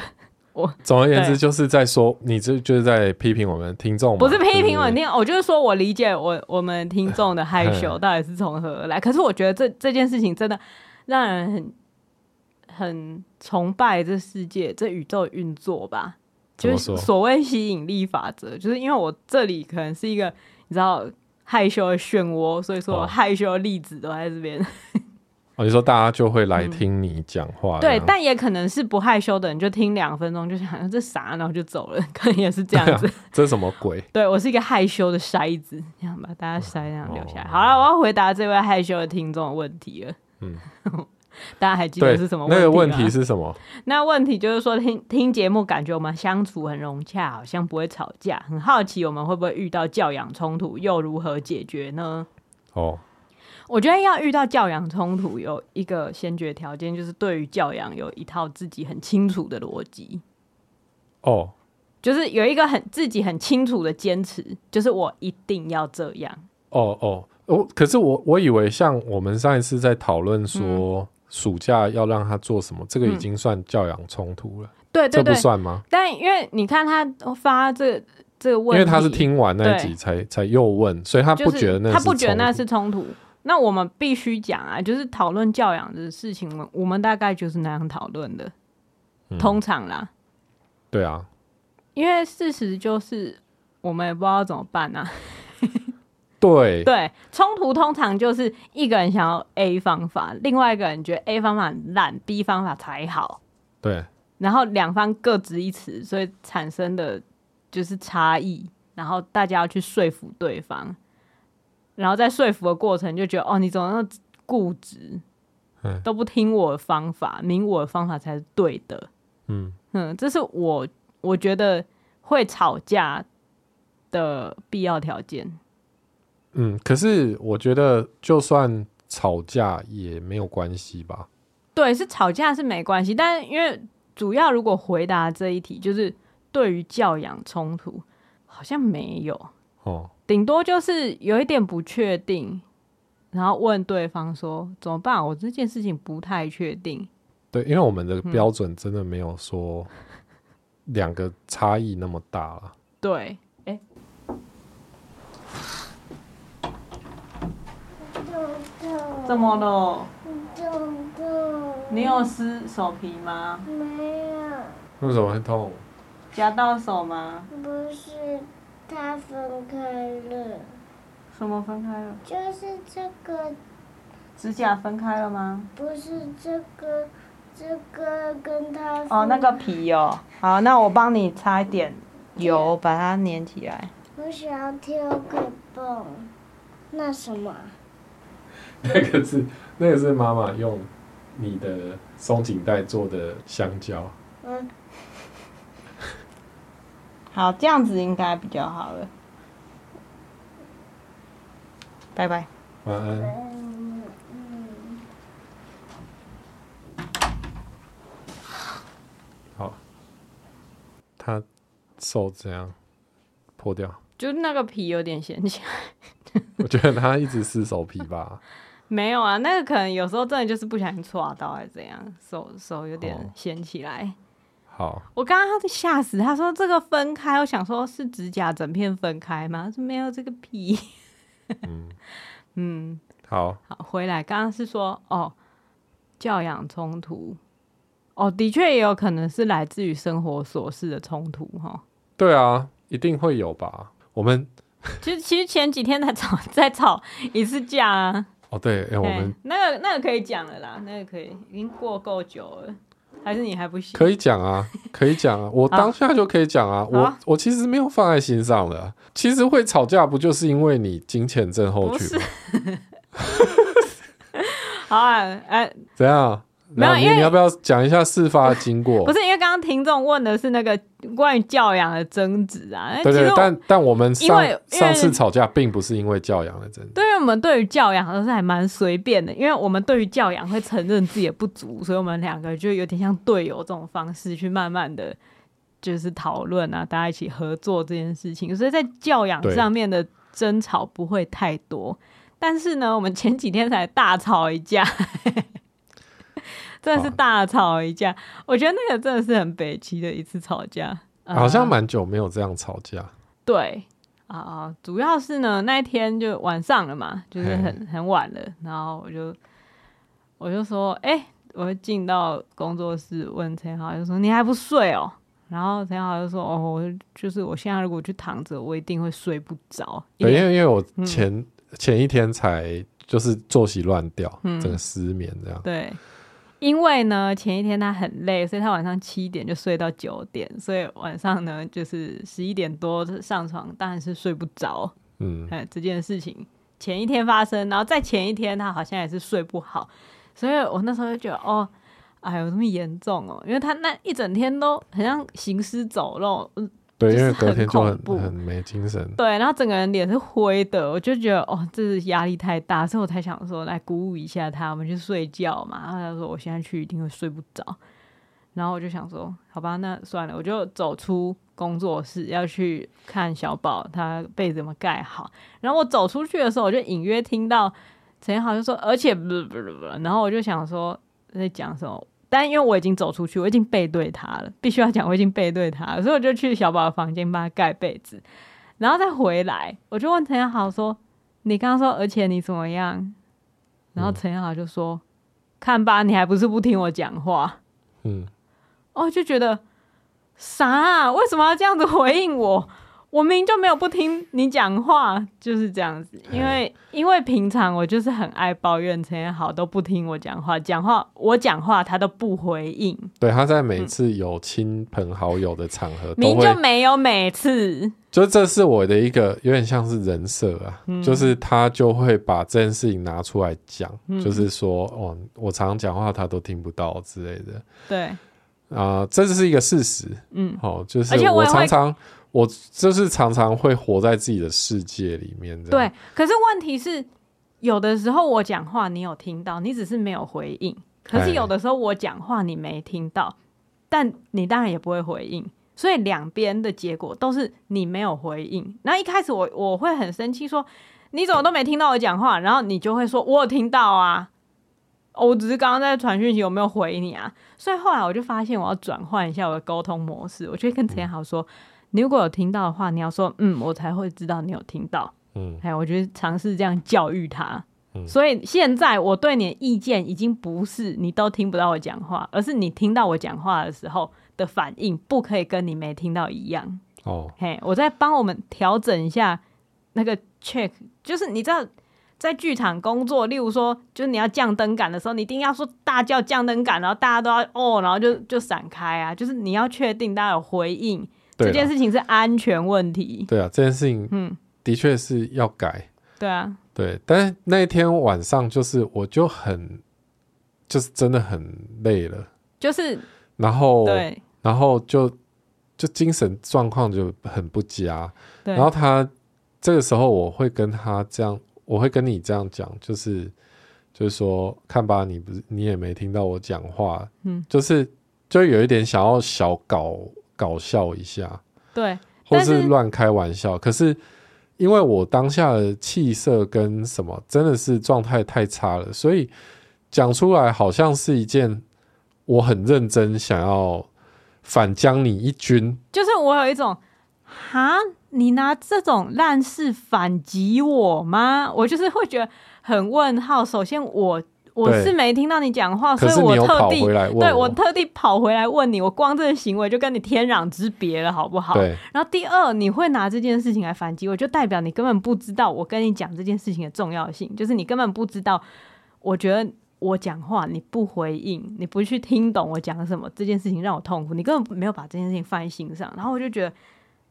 B: 总而言之，
A: 对
B: 就是在说你这就是在批评我们听众嘛，
A: 不是批评
B: 我
A: 稳定，我就是说我理解我我们听众的害 羞到底是从何而来。可是我觉得这这件事情真的让人很很崇拜这世界、这宇宙运作吧，
B: 怎么
A: 就
B: 说
A: 是所谓吸引力法则，就是因为我这里可能是一个你知道害羞的漩涡，所以说
B: 哦
A: 我害羞的例子都在这边。
B: 哦，你说大家就会来听你讲
A: 嗯
B: 话，
A: 对，
B: 这样
A: 但也可能是不害羞的人，就听两分钟就想这啥，然后就走了，可能也是这样子。
B: 这是什么鬼？
A: 对我是一个害羞的筛子，这样把大家筛这样留下来。
B: 哦
A: 好了，我要回答这位害羞的听众的问题了。
B: 嗯
A: 嗯， 大家还记
B: 对
A: 得是什么，问
B: 那
A: 题啊
B: 个
A: 吗？
B: 问题是什么？
A: 那问题就是说，听听节目感觉我们相处很融洽，好像不会吵架。很好奇我们会不会遇到教养冲突，又如何解决呢？
B: 哦，
A: 我觉得要遇到教养冲突，有一个先决条件就是对于教养有一套自己很清楚的逻辑。
B: 哦，
A: 就是有一个很自己很清楚的坚持，就是我一定要这样。
B: 哦，哦，我可是我我以为像我们上一次在讨论说暑假要让他做什么，这个已
A: 嗯
B: 经算教养冲突了，
A: 对对
B: 这
A: 对
B: 不，算吗？
A: 但因为你看他发这这个问
B: 因
A: 题，
B: 为他是听完那一集
A: 对
B: 才才又问，所以他
A: 就
B: 不
A: 是
B: 觉得那
A: 他不觉得
B: 冲
A: 那
B: 突
A: 是冲突。那我们必须讲啊，就是讨论教养的事情，我们我们大概就是那样讨论的，
B: 嗯
A: 通常啦，
B: 对啊，
A: 因为事实就是我们也不知道怎么办啊。
B: 对
A: 对，冲突通常就是一个人想要 A 方法，另外一个人觉得 A 方法很烂，B 方法才好，
B: 对
A: 然后两方各执一词，所以产生的就是差异，然后大家要去说服对方，然后在说服的过程就觉得哦，你怎么那么固执
B: 嗯，
A: 都不听我的方法，明我的方法才是对的。
B: 嗯，
A: 嗯，这是我我觉得会吵架的必要条件。
B: 嗯，可是我觉得就算吵架也没有关系吧。
A: 对，是吵架是没关系，但因为主要如果回答这一题，就是对于教养冲突，好像没有。
B: 哦，
A: 顶多就是有一点不确定，然后问对方说怎么办？我这件事情不太确定。
B: 对，因为我们的标准真的没有说两个差异那么大了。
A: 对，哎、怎么了？
C: 痛痛。
A: 你有撕手皮吗？
C: 没有？
B: 为什么会痛？
A: 夹到手吗？
C: 不是，它分开了，
A: 什么分开了？
C: 就是这个，
A: 指甲分开了吗？
C: 不是这个，这个跟它分
A: 哦，那个皮哦。好，那我帮你擦一点油，把它粘起来。
C: 我想要跳个蹦，那什么？
B: 那个是 那个是妈妈用你的松紧带做的香蕉，
C: 嗯，
A: 好，这样子应该比较好了。拜拜。
B: 晚安。
C: 嗯嗯，
B: 好，他手怎样破掉？
A: 就那个皮有点掀起来。
B: 我觉得他一直撕手皮吧。
A: 没有啊，那个可能有时候真的就是不小心戳到还是怎样，手手有
B: 哦
A: 点掀起来。
B: 好，
A: 我刚刚他吓死，他说这个分开，我想说是指甲整片分开吗？他说没有这个皮。
B: 嗯，
A: 嗯，
B: 好，
A: 好，回来刚刚是说哦，教养冲突，哦，的确也有可能是来自于生活琐事的冲突哈。
B: 对啊，一定会有吧。我们
A: 其实其实前几天才吵 再吵一次架啊，
B: 哦，对，哎、我
A: 对
B: 们，
A: 那个那个可以讲了啦，那个可以，已经过够久了，还是你还不行？
B: 可以讲啊，可以 讲啊，我当下就可以讲啊。我
A: 啊
B: 我其实没有放在心上的啊。其实会吵架，不就是因为你金钱症候
A: 不
B: 群
A: 是
B: 吗？，
A: 好啊，哎、
B: 怎样？
A: 没有
B: 然后
A: 因
B: 你
A: 为
B: 你要不要讲一下事发的 经过？
A: 不是因为刚刚听众问的是那个关于教养的争执啊，那
B: 对
A: 其实
B: 对对，
A: 我
B: 但但我们
A: 因
B: 上
A: 为因为
B: 上次吵架并不是因为教养的争，
A: 对于我们对于教养都是还蛮随便的，因为我们对于教养会承认自己的不足，所以我们两个就有点像队友这种方式去慢慢的，就是讨论啊，大家一起合作这件事情，所以在教养
B: 对
A: 上面的争吵不会太多。但是呢，我们前几天才大吵一架， 真的是
B: 啊
A: 大吵一架。我觉得那个真的是很北齐的一次吵架，呃
B: 好像蛮久没有这样吵架。
A: 对啊、主要是呢那一天就晚上了嘛，就是很很晚了，然后我就我就说，哎、我就进到工作室问陈豪，就说你还不睡哦？然后陈豪就说，哦，我就是我现在如果去躺着，我一定会睡不着。
B: 对，因
A: 因为嗯
B: 为因为我前、前一天才就是作息乱掉，
A: 嗯
B: 整个失眠这样。
A: 对。因为呢，前一天他很累，所以他晚上七点就睡到九点，所以晚上呢就是十一点多上床，当然是睡不着。
B: 嗯，
A: 哎，这件事情前一天发生，然后再前一天他好像也是睡不好，所以我那时候就觉得哦，哎呦，这么严重哦，因为他那一整天都很像行尸走肉，嗯
B: 对，
A: 就是
B: 因为隔天就很
A: 很恐怖
B: 很没精神。
A: 对，然后整个人脸是灰的，我就觉得哦，这是压力太大，所以我才想说哎来鼓舞一下他，我们去睡觉嘛。然后他说我现在去一定会睡不着，然后我就想说好吧，那算了，我就走出工作室要去看小宝他被怎么盖好。然后我走出去的时候，我就隐约听到陈豪就说，而且不不不不，然后我就想说在哎讲什么。但因为我已经走出去，我已经背对他了，必须要讲我已经背对他了，所以我就去小宝的房间帮他盖被子。然后再回来，我就问陈彦豪说：“你刚刚说，而且你怎么样？”然后陈彦豪就说：“看吧，你还不是不听我讲话。
B: 嗯，”
A: 哦，就觉得啥、啊？为什么要这样子回应我？我明明就没有不听你讲话，就是这样子。因为因为平常我就是很爱抱怨陈彦豪都不听我讲话，讲话我讲话他都不回应，
B: 对，他在
A: 嗯
B: 每次有亲朋好友的场合都
A: 明明就
B: 会，
A: 没有每次。
B: 就这是我的一个有点像是人设啊，
A: 嗯
B: 就是他就会把这件事情拿出来讲，
A: 嗯
B: 就是说哦，我常讲话他都听不到之类的。
A: 对，
B: 啊、这是一个事实。
A: 嗯，
B: 好、就是
A: 而且我也
B: 常
A: 会
B: 常我就是常常会活在自己的世界里面。这样
A: 对，可是问题是，有的时候我讲话你有听到，你只是没有回应；可
B: 哎
A: 是有的时候我讲话你没听到，但你当然也不会回应。所以两边的结果都是你没有回应。那一开始我我会很生气，说你怎么都没听到我讲话，然后你就会说我有听到啊，哦我只是刚刚在传讯息，有没有回你啊？所以后来我就发现我要转换一下我的沟通模式，我就会跟陈彦豪说，你如果有听到的话，你要说嗯，我才会知道你有听到。
B: 嗯
A: 哎，我觉得尝试这样教育他，
B: 嗯
A: 所以现在我对你的意见已经不是你都听不到我讲话，而是你听到我讲话的时候的反应不可以跟你没听到一样。
B: 哦，
A: 嘿，我再帮我们调整一下那个 check，就是你知道在剧场工作，例如说，就是你要降灯杆的时候，你一定要说大叫降灯杆，然后大家都要哦，然后就就闪开啊，就是你要确定大家有回应，这
B: 对啦
A: 件事情是安全问题。
B: 对啊，这件事情
A: 嗯，
B: 的确是要改。
A: 对啊，
B: 对，但是那一天晚上就是我就很，就是真的很累了，
A: 就是
B: 然后
A: 对
B: 然后就就精神状况就很不佳。
A: 对
B: 然后他这个时候我会跟他这样，我会跟你这样讲，就是就是说，看吧，你不是你也没听到我讲话，
A: 嗯，
B: 就是就有一点想要小搞搞笑一下，
A: 对
B: 或
A: 但
B: 是
A: 是
B: 乱开玩笑，可是。因为我当下的气色跟什么真的是状态太差了，所以讲出来好像是一件我很认真想要反将你一军
A: 就是我有一种，哈，你拿这种烂事反击我吗？我就是会觉得很问号。首先我。我
B: 对
A: 是没听到你讲话，哦所
B: 可
A: 以
B: 是你
A: 我
B: 有
A: 特
B: 跑
A: 地
B: 回来问
A: 对我
B: 我，
A: 特地跑回来问你，我光这个行为就跟你天壤之别了，好不好？
B: 对
A: 然后第二，你会拿这件事情来反击我，就代表你根本不知道我跟你讲这件事情的重要性，就是你根本不知道。我觉得我讲话你不回应，你不去听懂我讲什么，这件事情让我痛苦，你根本没有把这件事情放在心上。然后我就觉得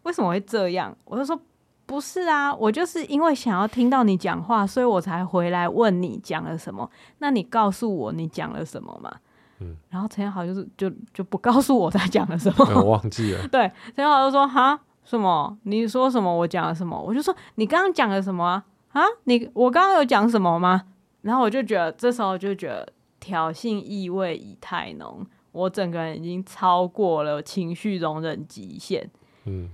A: 为什么会这样？我就说不是啊，我就是因为想要听到你讲话，所以我才回来问你讲了什么。那你告诉我你讲了什么嘛？
B: 嗯，
A: 然后陈彦豪就是就就不告诉我他讲了什么，
B: 哎我忘记了。
A: 对，陈浩就说哈什么？你说什么？我讲了什么？我就说你刚刚讲了什么啊？啊，你我刚刚有讲什么吗？然后我就觉得这时候就觉得挑衅意味已太浓，我整个人已经超过了情绪容忍极限。
B: 嗯，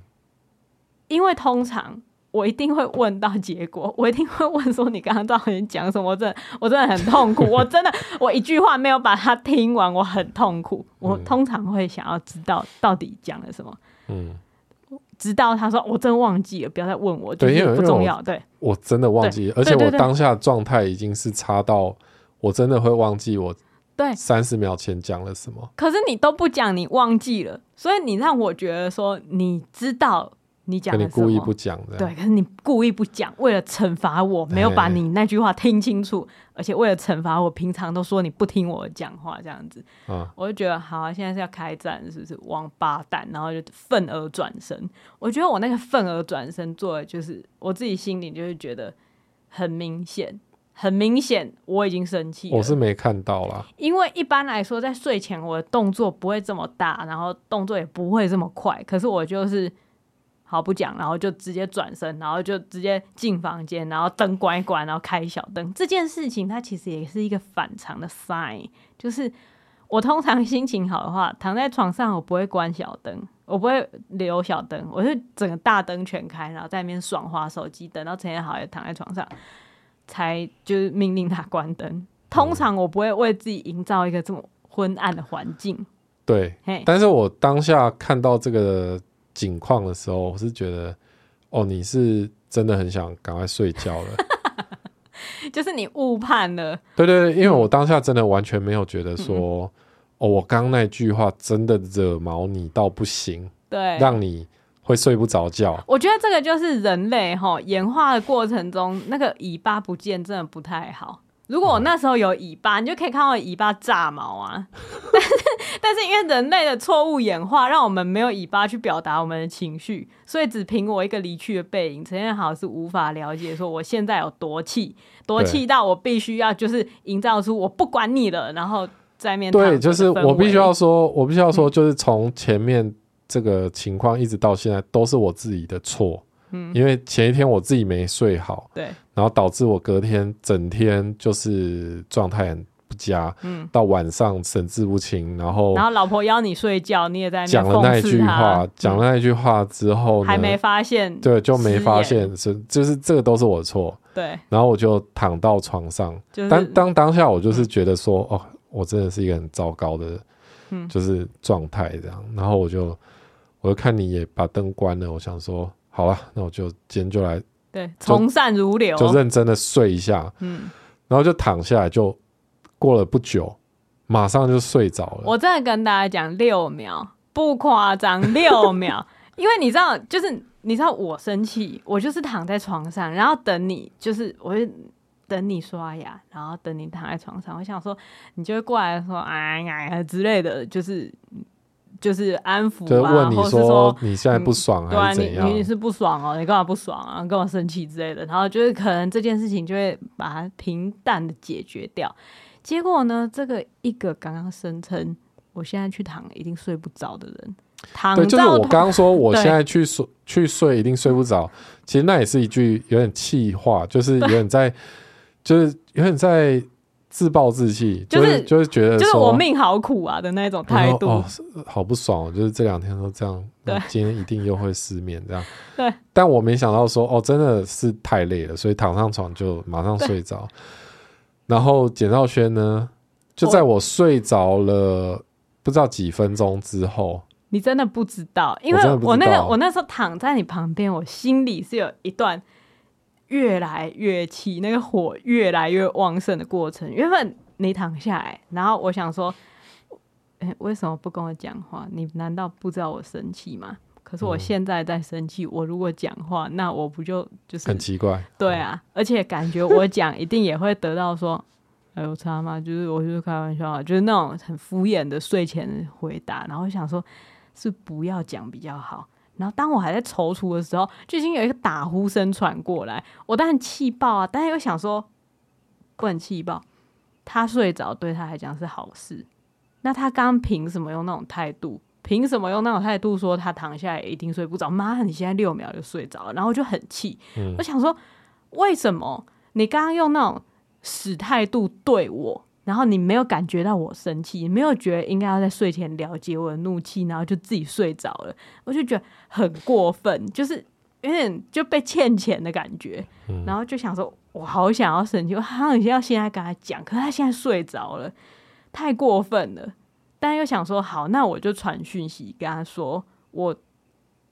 A: 因为通常我一定会问到结果，我一定会问说你刚刚到底讲什么？我真的我真的很痛苦，我真的我一句话没有把它听完，我很痛苦。我
B: 嗯
A: 通常会想要知道到底讲了什么。
B: 嗯，
A: 直到他说我真忘记了，不要再问我，就
B: 对因
A: 是
B: 为
A: 不重要。对
B: 我真的忘记，而且
A: 对
B: 我
A: 对
B: 当下的状态已经是差到我真的会忘记我
A: 对，
B: 三十秒前讲了什么。
A: 可是你都不讲，你忘记了，所以你让我觉得说你知道你讲
B: 可你
A: 了什么，
B: 故意不讲的，
A: 对，可是你故意不讲，为了惩罚我，没有把
B: 哎
A: 你那句话听清楚，而且为了惩罚我，平常都说你不听我讲话这样子，
B: 啊，
A: 我就觉得好啊，现在是要开战，是不是？王八蛋，然后就愤而转身。我觉得我那个愤而转身做的就是我自己心里就是觉得很明显，很明显我已经生气了。
B: 我是没看到啦。
A: 因为一般来说在睡前我的动作不会这么大，然后动作也不会这么快，可是我就是。好不讲，然后就直接转身，然后就直接进房间，然后灯关一关，然后开小灯。这件事情它其实也是一个反常的 sign，就是我通常心情好的话，躺在床上我不会关小灯，我不会留小灯，我是整个大灯全开，然后在那边爽滑手机，等到陈彦豪也躺在床上，才就是命令他关灯。通常我不会为自己营造一个这么昏暗的环境，
B: 对，
A: 嘿，
B: 但是我当下看到这个景况的时候，我是觉得，哦，你是真的很想赶快睡觉了。
A: 就是你误判了，
B: 对对对，因为我当下真的完全没有觉得说，哦，我刚刚那句话真的惹毛你到不行，
A: 对，
B: 让你会睡不着觉。
A: 我觉得这个就是人类哈演化的过程中，那个尾巴不见真的不太好。如果我那时候有尾巴，你就可以看到我尾巴炸毛啊。 但是，但是因为人类的错误演化，让我们没有尾巴去表达我们的情绪，所以只凭我一个离去的背影，陈彦豪是无法了解说我现在有多气，多气到我必须要就是营造出我不管你了，然后在面躺着
B: 对，
A: 的
B: 就是
A: 氛
B: 我必须
A: 围
B: 要说，我必须要说，就是从前面这个情况一直到现在，都是我自己的错。嗯，因为前一天我自己没睡好，
A: 对
B: 然后导致我隔天整天就是状态很不佳，
A: 嗯，
B: 到晚上神志不清，然后
A: 然后老婆邀你睡觉，你也在那边
B: 讲了那
A: 讽
B: 一
A: 刺啊
B: 句
A: 她
B: 话，讲了那一句话之后呢，
A: 还没发现，
B: 对就没发
A: 失
B: 现是就是这个都是我的错，
A: 对，
B: 然后我就躺到床上，
A: 就是
B: 当当当下我就是觉得说，哦，我真的是一个很糟糕的，
A: 嗯
B: 就是状态这样。然后我就我就看你也把灯关了，我想说，好了，那我就今天就来
A: 对从善如流，
B: 就认真的睡一下。
A: 嗯，
B: 然后就躺下来，就过了不久，马上就睡着了。
A: 我真的跟大家讲，六秒不夸张，六秒， 因为你知道，就是你知道我生气，我就是躺在床上，然后等你，就是我就等你刷牙，然后等你躺在床上，我想说你就会过来说哎呀呀之类的，就是就是安抚
B: 就是
A: 啊，
B: 问你
A: 或是说
B: 你现在不爽
A: 对啊，
B: 还是
A: 你
B: 怎样？
A: 你是不爽哦，你干嘛不爽啊？跟我生气之类的，然后就是可能这件事情就会把它平淡的解决掉。结果呢，这个一个刚刚声称我现在去躺一定睡不着的人，躺
B: 对，就是
A: 到
B: 我
A: 头
B: 刚刚说，我
A: 对
B: 现在去睡去睡一定睡不着，其实那也是一句有点气话，就是有点在， 就是有点在自暴自弃，
A: 就
B: 就是就是觉得
A: 就是
B: 说
A: 我命好苦啊的那种
B: 我说
A: 态度。
B: 哦，是好不爽哦，就是这两天都这样，
A: 对
B: 我今天一定又会失眠这样。
A: 对，
B: 但我没想到说，哦，真的是太累了，所以躺上床就马上睡着。然后简兆轩呢，就在我睡着了不知道几分钟之后，
A: 你真的不知道，因为
B: 真的不知道
A: 我那个我那时候躺在你旁边，我心里是有一段越来越气，那个火越来越旺盛的过程。原本你躺下来，然后我想说，诶为什么不跟我讲话？你难道不知道我生气吗？可是我
B: 嗯
A: 现在在生气，我如果讲话，那我不就就是
B: 很奇怪，
A: 对啊，而且感觉我讲一定也会得到说， 哎，有差吗？就是我就是开玩笑啊，就是那种很敷衍的睡前的回答。然后想说，是不要讲比较好。然后当我还在踌躇的时候，就已经有一个打呼声传过来，我当然气爆啊，但是又想说不能气爆，他睡着对他来讲是好事，那他刚刚凭什么用那种态度？凭什么用那种态度说他躺下来一定睡不着？妈，你现在六秒就睡着了，然后我就很气，我想说为什么你刚刚用那种死态度对我，然后你没有感觉到我生气，你没有觉得应该要在睡前了解我的怒气，然后就自己睡着了，我就觉得很过分，就是有点就被欠钱的感觉，然后就想说，我好想要生气，我好想要现在跟他讲，可是他现在睡着了，太过分了。但又想说，好，那我就传讯息跟他说，我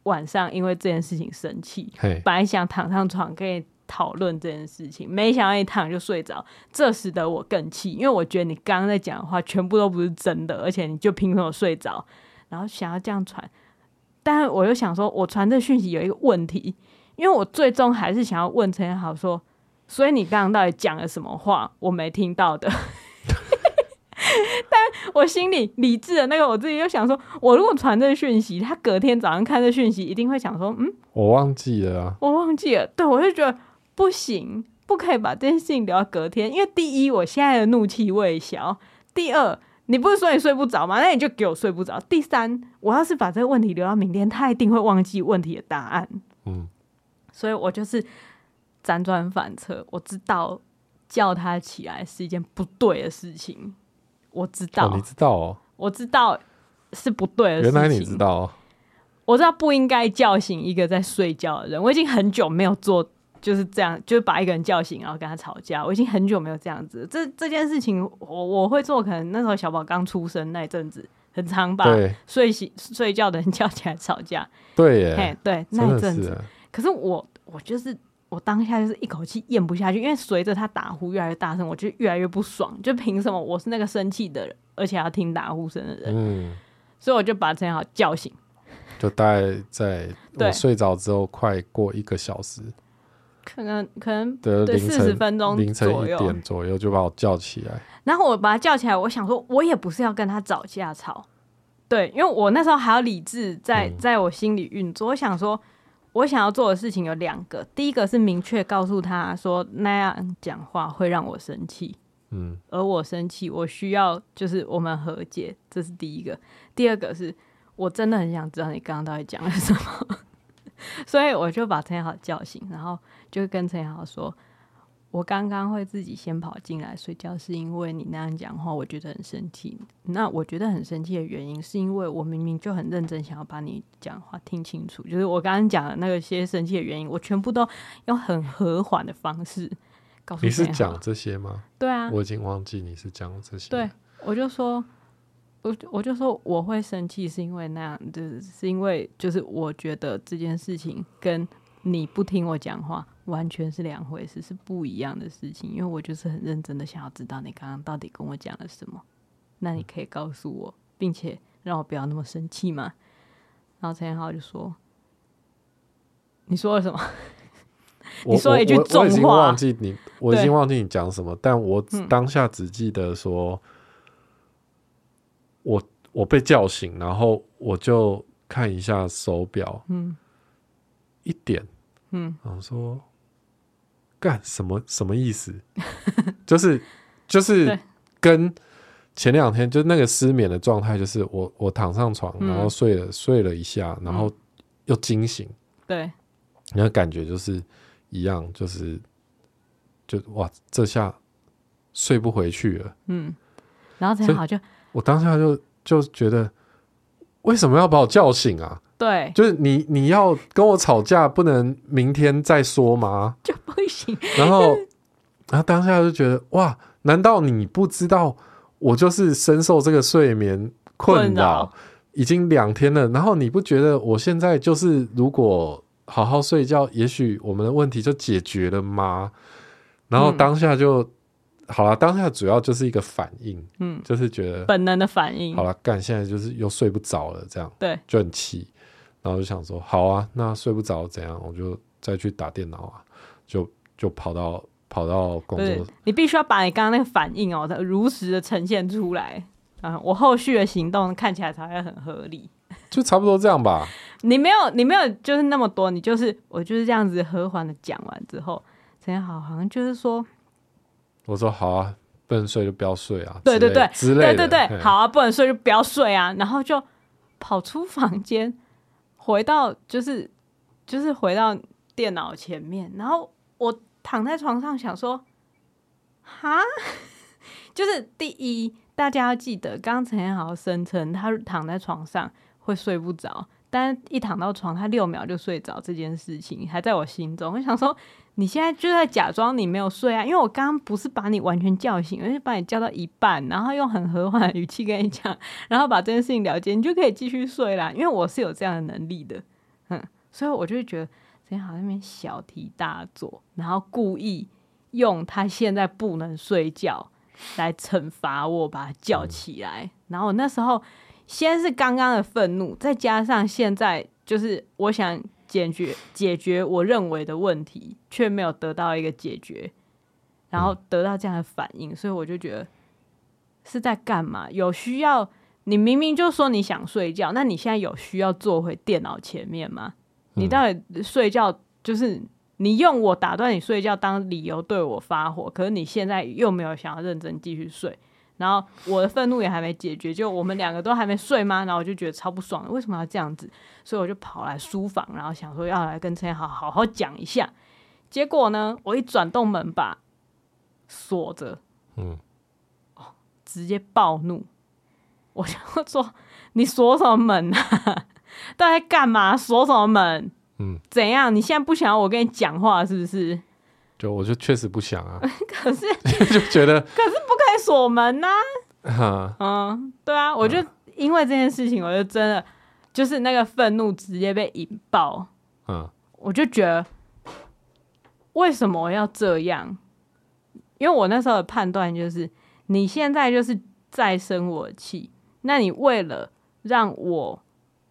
A: 晚上因为这件事情生气，
B: 嘿，
A: 本来想躺上床跟你讨论这件事情，没想到一躺就睡着，这使得我更气，因为我觉得你刚刚在讲的话全部都不是真的，而且你就凭什么睡着？然后想要这样传，但是我又想说，我传这讯息有一个问题，因为我最终还是想要问陈彦豪说，所以你刚刚到底讲了什么话？我没听到的。 但我心里理智的那个我自己又想说，我如果传这讯息，他隔天早上看这讯息，一定会想说，嗯，
B: 我忘记了啊。
A: 我忘记了。对，我就觉得不行，不可以把这件事情留到隔天，因为第一，我现在的怒气未消；第二，你不是说你睡不着吗？那你就给我睡不着。第三，我要是把这个问题留到明天，他一定会忘记问题的答案。
B: 嗯，
A: 所以我就是辗转反侧，我知道叫他起来是一件不对的事情，我知道，
B: 哦，你知道哦，
A: 我知道是不对的事
B: 原
A: 情。
B: 来你知道哦，
A: 我知道不应该叫醒一个在睡觉的人，我已经很久没有做就是这样，就是把一个人叫醒然后跟他吵架，我已经很久没有这样子了。这这件事情我我会做，可能那时候小宝刚出生那一阵子，很常把
B: 对
A: 睡醒睡觉的人叫起来吵架。
B: 对
A: 嘿
B: 耶，，
A: 对，那一
B: 真的
A: 阵
B: 是
A: 子
B: 耶，
A: 可是我我就是我当下就是一口气咽不下去，因为随着他打呼越来越大声，我就越来越不爽，就凭什么我是那个生气的人，而且要听打呼声的人，
B: 嗯，
A: 所以我就把陈好叫醒。
B: 就大概在
A: 对
B: 我睡着之后，快过一个小时
A: 可能可能
B: 的
A: 对
B: 凌
A: 四十
B: 晨
A: 分钟
B: 凌晨
A: 左
B: 一
A: 右
B: 点左右就把我叫起来，
A: 然后我把他叫起来，我想说，我也不是要跟他找架吵，对，因为我那时候还要理智在在我心里运作，我想说，我想要做的事情有两个，第一个是明确告诉他说那样讲话会让我生气，
B: 嗯，
A: 而我生气，我需要就是我们和解，这是第一个。第二个是我真的很想知道你刚刚到底讲了什么，所以我就把陈彦豪叫醒，然后就跟陈彦豪说：“我刚刚会自己先跑进来睡觉，是因为你那样讲话，我觉得很生气。那我觉得很生气的原因，是因为我明明就很认真想要把你讲话听清楚，就是我刚刚讲的那个些生气的原因，我全部都用很和缓的方式告诉
B: 你是
A: 陈彦豪
B: 讲这些吗？
A: 对啊，
B: 我已经忘记你是讲这些，
A: 对，，我就说，我就我就说我会生气是因为那样，就是是因为就是我觉得这件事情跟你不听我讲话，完全是两回事，是不一样的事情。因为我就是很认真的想要知道你刚刚到底跟我讲了什么，那你可以告诉我，并且让我不要那么生气嘛。然后陈彦浩就说：“你说了什么？
B: 我
A: 你说了一句
B: 我我我
A: 重
B: 已经
A: 话
B: 忘记你，我已
A: 对嗯
B: 经忘记你讲什么，但我只当下只记得说，我我被叫醒，然后我就看一下手表，
A: 嗯，
B: 一点，
A: 嗯，
B: 然后说干什么什么意思？ 就是就是
A: 对
B: 跟前两天就那个失眠的状态，就是我我躺上床，
A: 嗯
B: 然后睡了、睡了一下，然后又惊醒，
A: 对，
B: 然后感觉就是一样，就是就哇，这下睡不回去了。
A: 嗯。”然后陈彦豪就
B: 我当下就就觉得，为什么要把我叫醒啊？
A: 对
B: 就是你你要跟我吵架，不能明天再说吗？
A: 就不行，
B: 然后，然后当下就觉得哇，难道你不知道我就是深受这个睡眠困
A: 困
B: 扰
A: 扰
B: 已经两天了？然后你不觉得我现在就是如果好好睡觉，也许我们的问题就解决了吗？然后
A: 嗯
B: 当下就、好了，当下主要就是一个反应，
A: 嗯，
B: 就是觉得
A: 本能的反应
B: 好，了，干现在就是又睡不着了，这样
A: 对，
B: 就很气，然后就想说，好啊，那睡不着怎样？我就再去打电脑啊，就就跑到跑到工
A: 不是
B: 作，
A: 你必须要把你刚刚那个反应哦，如实的呈现出来啊，我后续的行动看起来才会很合理。
B: 就差不多这样吧。
A: 你没有，你没有，就是那么多，你就是我就是这样子和缓的讲完之后，陈彦豪好像就是说，
B: 我说好啊，不能睡就不要睡啊，
A: 对对对，对
B: 之类之类
A: 对
B: 的
A: 对，
B: 嘿
A: 好啊，不能睡就不要睡啊，然后就跑出房间，回到就是就是回到电脑前面，然后我躺在床上想说，哈， 就是第一，大家要记得，刚刚陈彦豪声称他躺在床上会睡不着，但是一躺到床，他六秒就睡着这件事情还在我心中，我想说。你现在就在假装你没有睡啊，因为我刚刚不是把你完全叫醒，而是把你叫到一半，然后用很和缓的语气跟你讲，然后把这件事情了结，你就可以继续睡啦。因为我是有这样的能力的，嗯，所以我就会觉得陈彦豪在那边小题大做，然后故意用他现在不能睡觉来惩罚我，把他叫起来。然后我那时候先是刚刚的愤怒，再加上现在就是我想解决解决我认为的问题，却没有得到一个解决，然后得到这样的反应，所以我就觉得是在干嘛？有需要？你明明就说你想睡觉，那你现在有需要坐回电脑前面吗？你
B: 嗯
A: 到底睡觉就是你用我打断你睡觉当理由对我发火，可是你现在又没有想要认真继续睡，然后我的愤怒也还没解决，就我们两个都还没睡吗？然后我就觉得超不爽的，为什么要这样子？所以我就跑来书房，然后想说要来跟陈彦豪好好讲一下。结果呢，我一转动门把锁着，哦
B: 嗯，
A: 直接暴怒，我就说：“你锁什么门啊？到底在干嘛？锁什么门？
B: 嗯，
A: 怎样？你现在不想要我跟你讲话是不是？
B: 就我就确实不想啊，
A: 可是
B: 就觉得
A: 可以锁门啊呐、
B: 哈、
A: 嗯，对啊，我就因为这件事情，我就真的就是那个愤怒直接被引爆，
B: 嗯，
A: 我就觉得为什么要这样？因为我那时候的判断就是，你现在就是在生我气，那你为了让我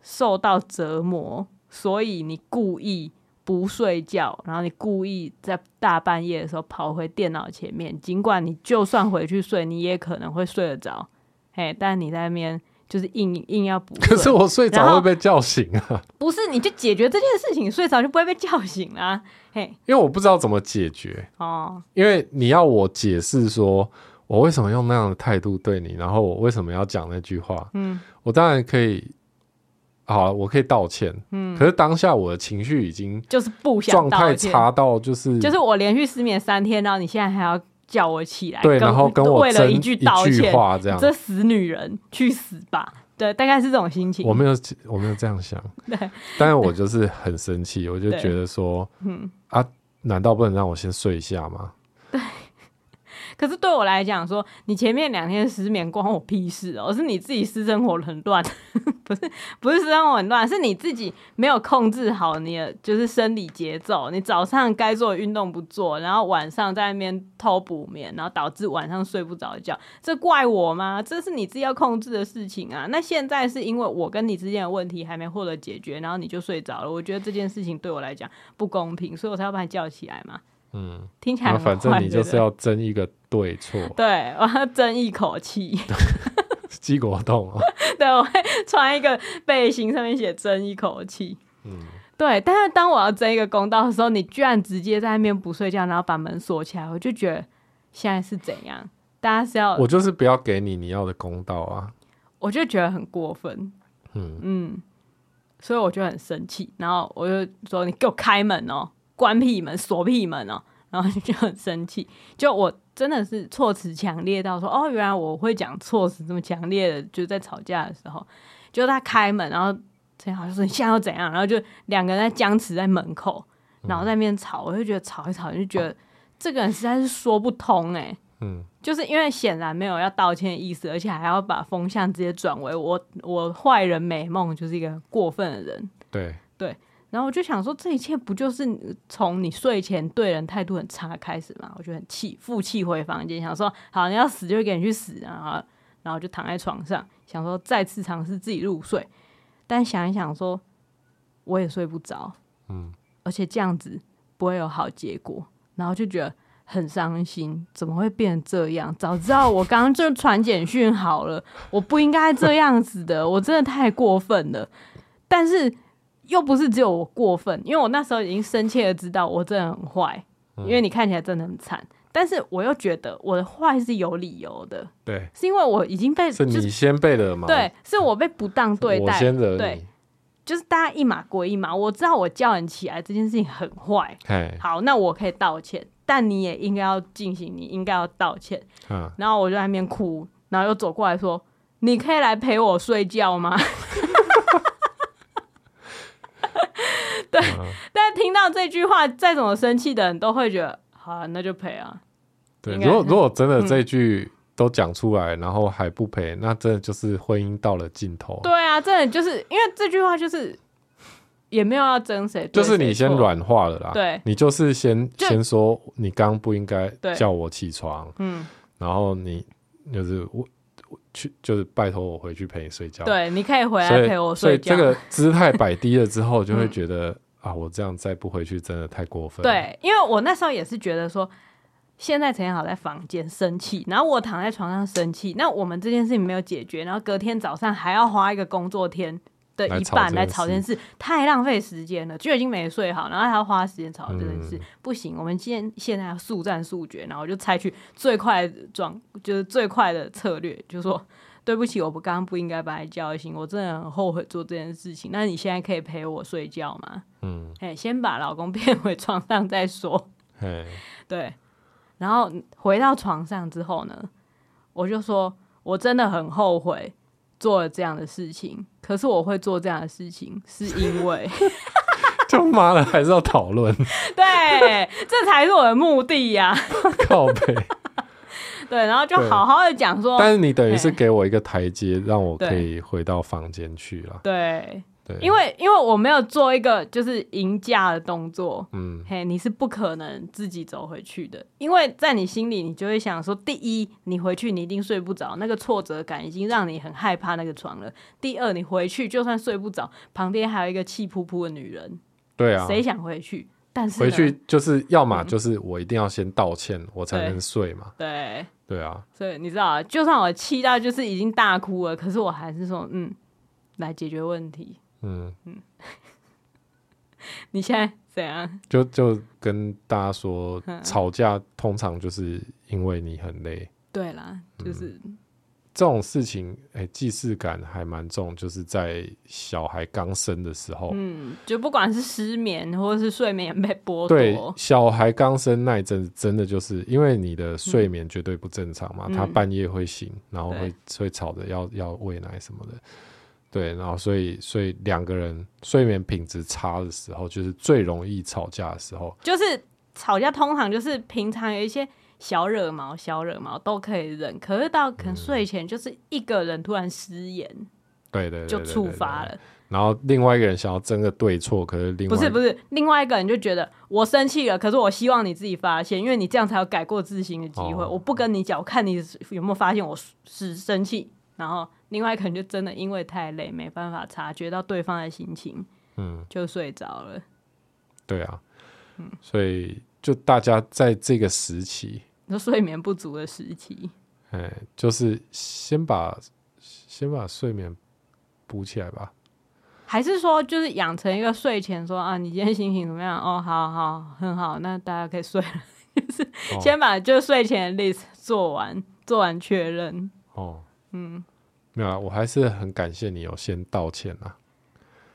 A: 受到折磨，所以你故意不睡觉，然后你故意在大半夜的时候跑回电脑前面，尽管你就算回去睡，你也可能会睡得着，嘿，但你在那边就是硬硬要补睡。
B: 可是我睡
A: 然
B: 着
A: 后
B: 会被叫醒啊，
A: 不是，你就解决这件事情，睡着就不会被叫醒啦、嘿，
B: 因为我不知道怎么解决，
A: 哦，
B: 因为你要我解释说我为什么用那样的态度对你，然后我为什么要讲那句话，
A: 嗯
B: 我当然可以，好了，我可以道歉。
A: 嗯，
B: 可是当下我的情绪已经
A: 就是不想
B: 状
A: 道
B: 态
A: 歉，
B: 差到就是
A: 就是我连续失眠三天，然后你现在还要叫我起来，
B: 对，然后跟我
A: 为了
B: 争
A: 句道
B: 一句
A: 歉，
B: 话这
A: 你
B: 样，
A: 这死女人，去死吧！对，大概是这种心情。
B: 我没有我没有这样想，
A: 对，
B: 但是我就是很生气，我就 觉得说，嗯啊，难道不能让我先睡一下吗？
A: 可是对我来讲说，你前面两天失眠关我屁事哦，是你自己私生活很乱， 不是不是私生活很乱，是你自己没有控制好你的就是生理节奏，你早上该做的运动不做，然后晚上在那边偷补眠，然后导致晚上睡不着觉，这怪我吗？这是你自己要控制的事情啊。那现在是因为我跟你之间的问题还没获得解决，然后你就睡着了，我觉得这件事情对我来讲不公平，所以我才要把你叫起来嘛。
B: 嗯，
A: 听起来
B: 那
A: 很
B: 反正
A: 坏
B: 你
A: 对
B: 就
A: 不
B: 是
A: 对
B: 要争一个对错，
A: 对， 我要争一口气。
B: 鸡果冻啊，
A: 对，我会穿一个背心，上面写“争一口气”。
B: 嗯，
A: 对，但是当我要争一个公道的时候，你居然直接在那边不睡觉，然后把门锁起来，我就觉得现在是怎样？大家是要，
B: 我
A: 我
B: 就是不要给你你要的公道啊，
A: 就觉得很过分，
B: 嗯，
A: 嗯，所以我就很生气，然后我就说：“你给我开门哦，关屁门，锁屁门哦。”然后就很生气，就我真的是措辞强烈到说：“哦，原来我会讲措辞这么强烈的，就在吵架的时候。”就他开门，然后陈好就说你现在要怎样，然后就两个人在僵持在门口，然后在那边吵，我就觉得吵一吵就觉得这个人实在是说不通哎、
B: 嗯，
A: 就是因为显然没有要道歉的意思，而且还要把风向直接转为我我坏人美梦就是一个很过分的人，
B: 对，
A: 然后我就想说这一切不就是从你睡前对人态度很差开始嘛？我就很气，负气回房间，想说好你要死就给你去死啊！然后就躺在床上，想说再次尝试自己入睡，但想一想说我也睡不着，
B: 嗯，
A: 而且这样子不会有好结果，然后就觉得很伤心，怎么会变成这样？早知道我刚刚就传简讯好了，我不应该这样子的，我真的太过分了。但是又不是只有我过分，因为我那时候已经深切的知道我真的很坏，
B: 嗯
A: 因为你看起来真的很惨，但是我又觉得我的坏是有理由的，
B: 对，
A: 是因为我已经被
B: 是
A: 就是
B: 你先被惹毛，
A: 对，是我被不当对
B: 我
A: 待，
B: 先惹
A: 对
B: 你，，
A: 就是大家一码归一码，我知道我叫人起来这件事情很坏，
B: 嘿，
A: 好，那我可以道歉，但你也应该要进行，你应该要道歉。
B: 嗯，
A: 然后我就在那边哭，然后又走过来说：“你可以来陪我睡觉吗？” 对，
B: 嗯
A: 但听到这句话，再怎么生气的人都会觉得，好、啊，那就赔啊。
B: 对，
A: 应该嗯
B: 如果如果真的这句都讲出来，然后还不赔，那真的就是婚姻到了尽头。
A: 对啊，真的就是因为这句话就是也没有要争谁，
B: 就
A: 对
B: 是你
A: 谁
B: 先
A: 错，
B: 软化了啦，
A: 对
B: 你就是先
A: 就
B: 先说你刚刚不应该
A: 对
B: 叫我起床，
A: 嗯，
B: 然后你就是我我去就是拜托我回去陪你睡觉，，
A: 对，你可以回
B: 所
A: 来
B: 以
A: 陪我
B: 所以
A: 睡觉。
B: 这个姿态摆低了之后，就会
A: 嗯
B: 觉得、啊，我这样再不回去真的太过分，，
A: 对，因为我那时候也是觉得说，现在陈彦豪在房间生气，然后我躺在床上生气，那我们这件事情没有解决，然后隔天早上还要花一个工作天的
B: 来
A: 一
B: 吵
A: 半
B: 这
A: 来
B: 件
A: 吵这件事，太浪费时间了，就已经没睡好，然后还要花时间吵这件事，
B: 嗯
A: 不行，我们今天现在要速战速决，然后我就采取最快的状，就是最快的策略，就说。对不起，我不刚刚不应该把你叫醒，我真的很后悔做这件事情。那你现在可以陪我睡觉吗？
B: 嗯，
A: 哎，先把老公骗回床上再说。
B: 嘿，
A: 对，然后回到床上之后呢，我就说我真的很后悔做了这样的事情。可是我会做这样的事情，是因为
B: 就妈了还是要讨论
A: 对，这才是我的目的呀、
B: 靠背，
A: 哦对，然后就
B: 对
A: 好好的讲说，
B: 但是你等于是
A: 嘿
B: 给我一个台阶，让我可
A: 对
B: 以回到房间去了，
A: 对，
B: 对，
A: 因为因为我没有做一个就是迎驾的动作，
B: 嗯，
A: 嘿，你是不可能自己走回去的，因为在你心里，你就会想说：第一，你回去你一定睡不着，那个挫折感已经让你很害怕那个床了；第二，你回去就算睡不着，旁边还有一个气扑扑的女人，
B: 对啊，
A: 谁嗯想回去？但是呢
B: 回去就是要么就是我一定要先道歉，我才
A: 对
B: 能睡嘛。
A: 对，
B: 对啊，
A: 所以你知道啊，就算我气到就是已经大哭了，可是我还是说：嗯，来解决问题。
B: 嗯，
A: 你现在怎样？
B: 就就跟大家说，吵架通常就是因为你很累，
A: 对啦，就是、
B: 这种事情，哎、既视感还蛮重，就是在小孩刚生的时候，
A: 嗯，就不管是失眠或者是睡眠被剥
B: 对
A: 夺，
B: 小孩刚生那一阵子，真的就是因为你的睡眠绝对不正常嘛，
A: 嗯
B: 他半夜会醒，然后会
A: 对
B: 会吵着要要喂奶什么的，对，然后所以所以两个人睡眠品质差的时候，就是最容易吵架的时候，
A: 就是吵架通常就是平常有一些小惹毛、小惹毛都可以忍，可是到可能睡前就是一个人突然失言
B: 对对对，
A: 就
B: 对
A: 触发。
B: 对对
A: 了，
B: 然后另外一个人想要争个对错，可是另外
A: 不是不是，另外一个人就觉得我生气了，可是我希望你自己发现，因为你这样才有改过自新的机会。
B: 哦
A: 我不跟你讲，我看你有没有发现我是生气。然后另外一个人就真的因为太累，没办法察觉到对方的心情，
B: 嗯，
A: 就睡着了。
B: 对啊，
A: 嗯
B: 所以就大家在这个时期，
A: 就睡眠不足的时期，
B: 哎，就是先把先把睡眠补起来吧。
A: 还是说就是养成一个睡前说啊，你今天心情怎么样？哦，好好，很好，那大家可以睡了。
B: 哦
A: 先把就睡前的 list 做完，做完确认。
B: 哦，嗯，没有啦，我还是很感谢你有先道歉啊。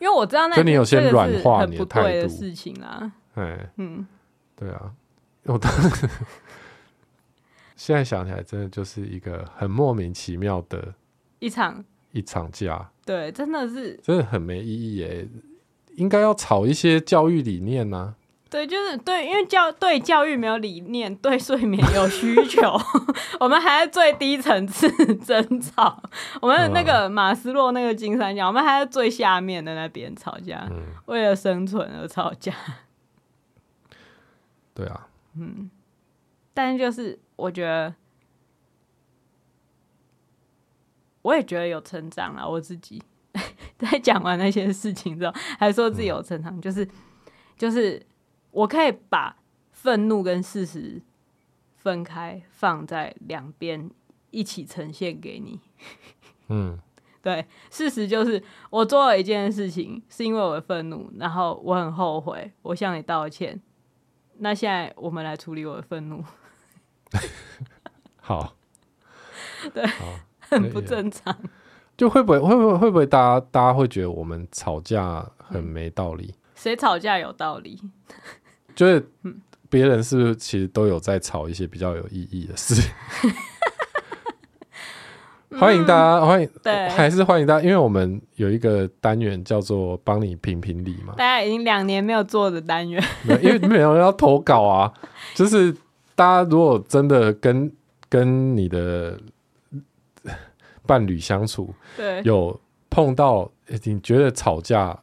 A: 因为我知道那
B: 就你有
A: 这
B: 先
A: 个是
B: 软化
A: 很
B: 你
A: 不
B: 的态
A: 对的
B: 度
A: 事情啦。
B: 哎，
A: 嗯，
B: 对啊，我当 现在想起来，真的就是一个很莫名其妙的
A: 一场
B: 一场架，
A: 对，真的是
B: 真的很没意义耶、应该要吵一些教育理念啊呐、
A: 对，就是对，因为教对教育没有理念，对睡眠有需 求，我们还在最低层次争吵。 我们那个
B: 嗯
A: 马斯洛那个金三角，我们还在最下面的那边吵架，
B: 嗯，
A: 为了生存而吵架。
B: 对啊，
A: 但是就是我觉得，我也觉得有成长啦。我自己 在讲完那些事情之后，还说自己有成长，就是就是我可以把愤怒跟事实分开，放在两边一起呈现给你。
B: 嗯，
A: 对，事实就是我做了一件事情，是因为我的愤怒，然后我很后悔，我向你道歉。那现在我们来处理我的愤怒，
B: 好，
A: 对
B: 好，
A: 很 不
B: 可以啊
A: 正常。
B: 就会不会会不会会不会大家大家会觉得我们吵架很没道理？
A: 谁吵架有道 理？
B: 就是别人是不是其实都有在吵一些比较有意义 的事？欢迎大家，欢迎
A: 嗯对
B: 还是欢迎大家，因为我们有一个单元叫做“帮你评评理”嘛
A: 大，家已经两年没有做的单 元，
B: 没有因为没有人要投稿啊。就是大家如果真的跟跟你的伴侣相处，
A: 对，
B: 有碰到诶你觉得吵架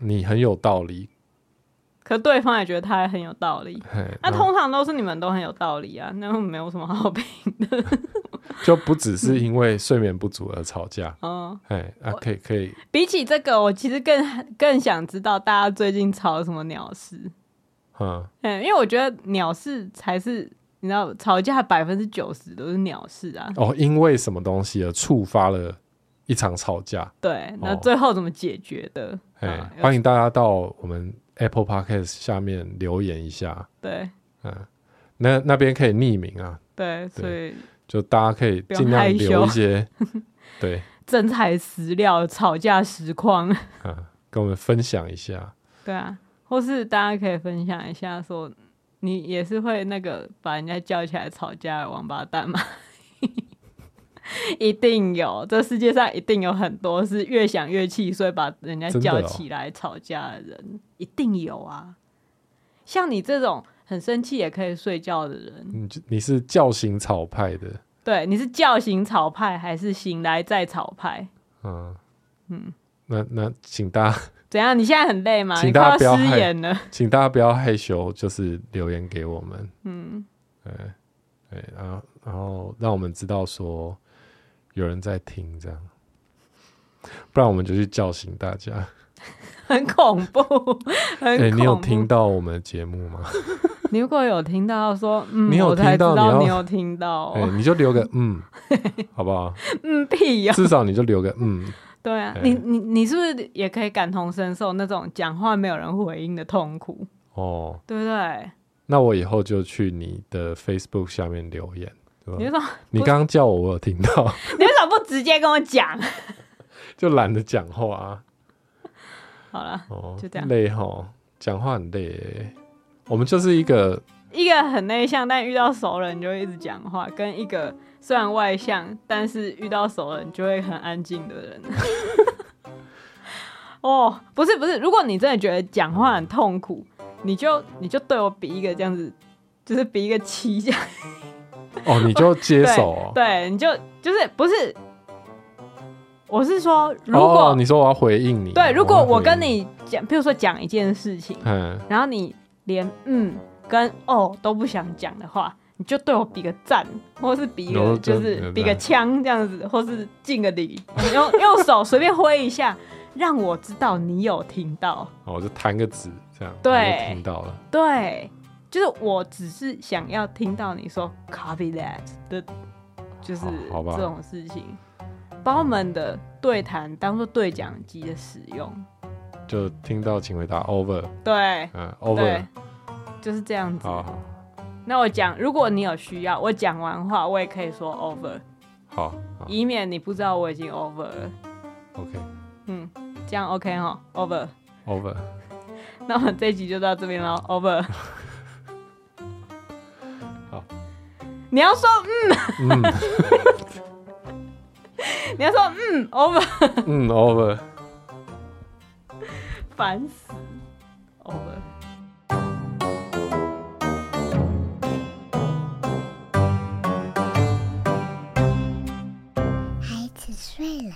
B: 你很有道理，
A: 可对方也觉得他很有道理。
B: 嘿
A: 那
B: 然后
A: 通常都是你们都很有道理啊，那没有什么好评的。
B: 就不只是因为睡眠不足而吵架，
A: 嗯，
B: 哎，啊，可以可以，
A: 比起这个，我其实更更想知道大家最近吵了什么鸟事。
B: 嗯，
A: 嗯，因为我觉得鸟事才是你知道，吵架百分之九十都是鸟事啊。
B: 哦，因为什么东西而啊触发了一场吵架，
A: 对，那
B: 哦
A: 最后怎么解决的？
B: 哎
A: 啊，有
B: 欢迎大家到我们 Apple Podcast 下面留言一下，
A: 对
B: 嗯，那那边可以匿名啊，
A: 对，所以
B: 就大家可以
A: 不用
B: 尽量
A: 害羞
B: 留一 些，对，
A: 真材实料吵架实况。
B: 嗯，跟我们分享一下，
A: 对啊，或是大家可以分享一下说，你也是会那个把人家叫起来吵架的王八蛋吗？ 一定有，这世界上一定有很多是越想越气，所以把人家
B: 真的
A: 叫
B: 哦
A: 起来吵架的人，一定有啊。像你这种很生气也可以睡觉的人，
B: 你就你是叫醒草派的，
A: 对，你是叫醒草派还是醒来再草派？
B: 嗯嗯，那那请大家
A: 怎样？你现在很累吗？
B: 请
A: 你
B: 大家
A: 快
B: 不
A: 要
B: 要
A: 失
B: 害
A: 言了。
B: 请大家不要害羞，就是留言给我们。嗯，对，对，然后然后让我们知道说有人在听，这样，不然我们就去叫醒大家。
A: 很恐怖， 很恐怖。
B: 哎、你有听到我们的节目吗？
A: 你如果有听到说，嗯，
B: 你有
A: 我才
B: 听到
A: 知道
B: 你要
A: 你有听到哦、
B: 哎、你 就留个嗯，好不好？
A: 嗯，屁呀、
B: 至少你就留个嗯，
A: 对啊，
B: 哎
A: 你你你是不是也可以感同身受那种讲话没有人回应的痛苦，
B: 哦。
A: 对不对？
B: 那我以后就去你的 Facebook 下面留言。对
A: 你为
B: 吧
A: 什么
B: 你刚刚叫我，我有听到，
A: 你为什么不直接跟我讲？
B: 就懒得讲话、啊。
A: 好了，
B: 哦，
A: 就这样
B: 累哈，讲话很累耶。我们就是一个
A: 一个很内向，但遇到熟人就会一直讲话，跟一个虽然外向，但是遇到熟人就会很安静的人。 哦，不是不是，如果你真的觉得讲话很痛苦，你就你就对我比一个这样子，就是比一个七这样，
B: 哦，你就 接
A: 对
B: 手哦。
A: 对，你就就是不是，我是说，如
B: 哦
A: 果、
B: 你说我要回应你，
A: 对，如果
B: 要回
A: 我跟
B: 应，
A: 你讲，比如说讲一件事情，
B: 嗯，
A: 然后你连嗯跟哦都不想讲的话，你就对我比个赞，或是比一
B: 有
A: 个
B: 这
A: 就是
B: 有
A: 比个枪这样子，或是敬个礼，用 用手随便挥一下，让我知道你有听到。
B: 哦，我就弹个指这样，
A: 对
B: 我就听到了，
A: 对，就是我只是想要听到你说 “copy that” 的，就是
B: 好好吧
A: 这种事情，把我们的对谈当做对讲机的使用。
B: 就听到请回答 over，
A: 对
B: 嗯
A: 对
B: ，over，，
A: 就是这样子。
B: 好好
A: 那我讲，如果你有需要，我讲完话，我也可以说 over，
B: 好好
A: 以免你不知道我已经 over 了。
B: ，OK，over，
A: 嗯，这样 OK 哈，over。那我们这一集就到这边喽，over。
B: 好，
A: 你要说，
B: 嗯
A: 你要说，嗯，over，
B: 嗯，over。
A: 烦死，over。
C: 孩子睡了。